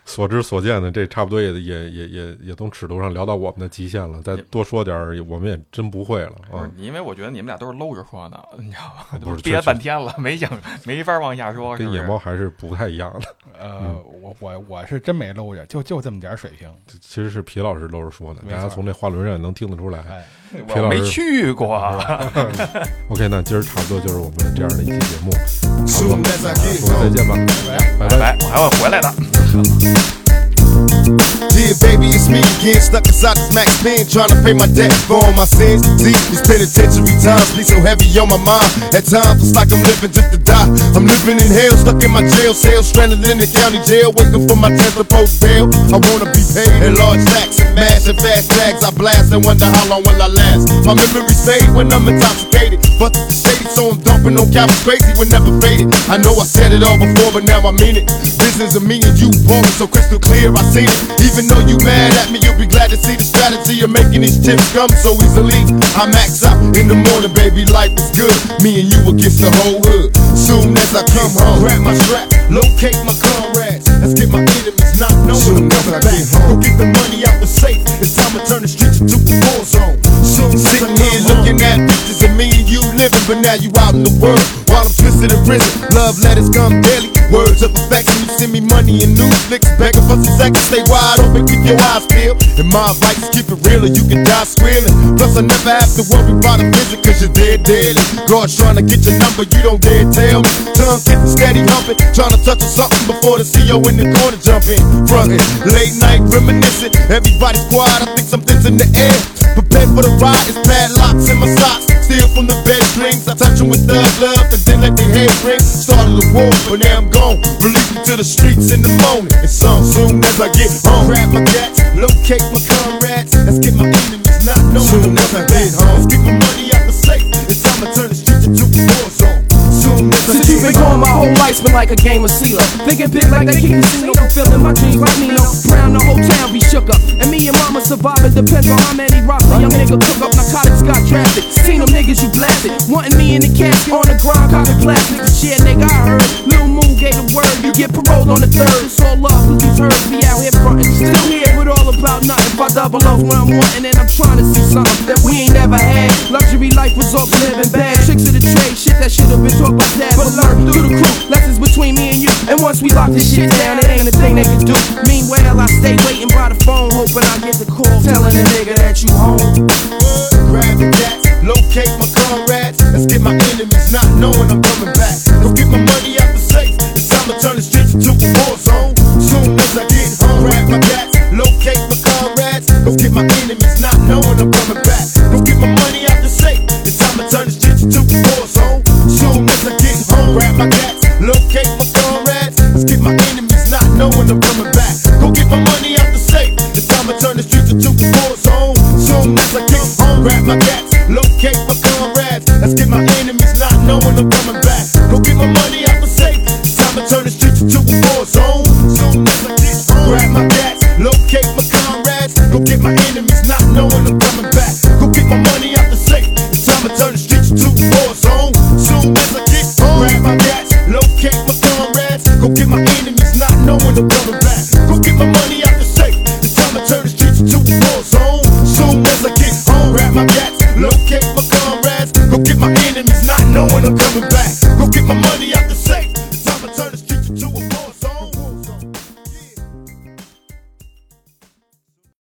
B: 所知所见的，这差不多也也也也也从尺度上聊到我们的极限了。再多说点儿，我们也真不会了
C: 不
B: 啊
C: 是。你，因为我觉得你们俩都是搂着说的，你知道吧？
B: 不是
C: 都
B: 确
C: 憋
B: 实
C: 半天了，没想没法往下说，是
B: 跟
C: 不
B: 野
C: 是？
B: 猫还是不太一样的，
A: 呃，我我我是真没搂着，就就这么点儿水平，
B: 其实是皮老师都是说的，
A: 没
B: 大
A: 错
B: 家从这话轮上也能听得出来。
A: 哎，
B: 皮
C: 我
B: 老
C: 没
B: 师
C: 去过。
B: OK，那今儿差不多就是我们这样的一期节目，
E: Soon as I
B: 我们再
E: get
B: 见
E: home.
B: 吧，拜拜
C: 来，我还会回来的。
E: Yeah, baby, it's me again, stuck inside this max pen, trying to pay my debt for all my sins. See, these penitentiary times be so heavy on my mind. At times, it's like I'm living just to die. I'm living in hell, stuck in my jail cell, stranded in the county jail, waiting for my Tesla post bail. I wanna be paid in large stacks, mash and fast tags. I blast and wonder how long will I last. My memories fade when I'm intoxicated, but the shady, so I'm dumping on cap crazy when never faded. I know I said it all before, but now I mean it. Business of me and you, boy, so crystal clear, I seen it. Even though you mad at me, you'll be glad to see the strategy of making these chips come so easily. I max out in the morning, baby, life is good. Me and you against the whole hood. Soon as I come home, grab my strap, locate my comrades. Let's get my enemies not known when I'm coming back. Go get the money out the safe. It's time to turn the streets into a war zone. Soon sitting here looking at pictures of me and you living, but now you out in the world while I'm twisted in prison. Love letters come daily, words of affection. You send me money and news flicks, begging for some seconds. Stay wide open, keep your eyes peeled. And my advice is keep it real, or you can die squealing. Plus, I never have to worry about a visit, cause you're dead deadly. God's trying to get your number, you don't dare tell me. Tongue getting steady humping, trying to touch on something before the CEO in the corner jump in. Frontin', late night reminiscing. Everybody's quiet, I think something's in the air. Prepare for the ride, it's padlocks in my socks. Steal from the bed strings, I touch 'em with thug love, and then let the head ring. Started the war, but now I'm gone. Release me to the streets in the morning. It's on soon as I get home. Grab my cats, locate my comrades. Let's get my enemies not known. Soon as I get home, let's get my money out the safe. It's time to turn the streets into a war zone. Soon as I
F: Since you've
E: get
F: been gone,
E: home.
F: my whole life's been like a game of CeeLo. Thinking big like they keep casino, feeling my dreams like Nino. Brown, the whole town be shook up. And me and mama surviving depends on how many rocks a young nigga cook up. Narcotics got traffic. Seen them niggas you blasted. Wanting me in the casket on the grind, copy plastic. Shit, nigga, I heard. Lil Moon gave the word. You get paroled on the third. It's all love, who these herbs be out here frontin'. Still here with all about nothing. If I double up when I'm wanting, and I'm trying to see something that we ain't never had. Luxury life was off living bad. Tricks of the trade, shit that should have been taught by dad. But learn through the crew, lessons between me and you. And once we lock this shit down, it ain't a thing they can do. Meanwhile, I stay waiting by the phone, hoping I get the call telling the nigga that you home.
E: Grab the cats, locate my comrades. Let's get my enemies not knowing I'm coming back. Go get my money out the safe. It's time to turn the streets into a war zone. Soon as I get home, grab my cats, locate my comrades. Go get my enemies not knowing I'm coming back. Go get my money out the safe. It's time to turn the streets into a war zone. Soon as I get home, grab my cats, locate my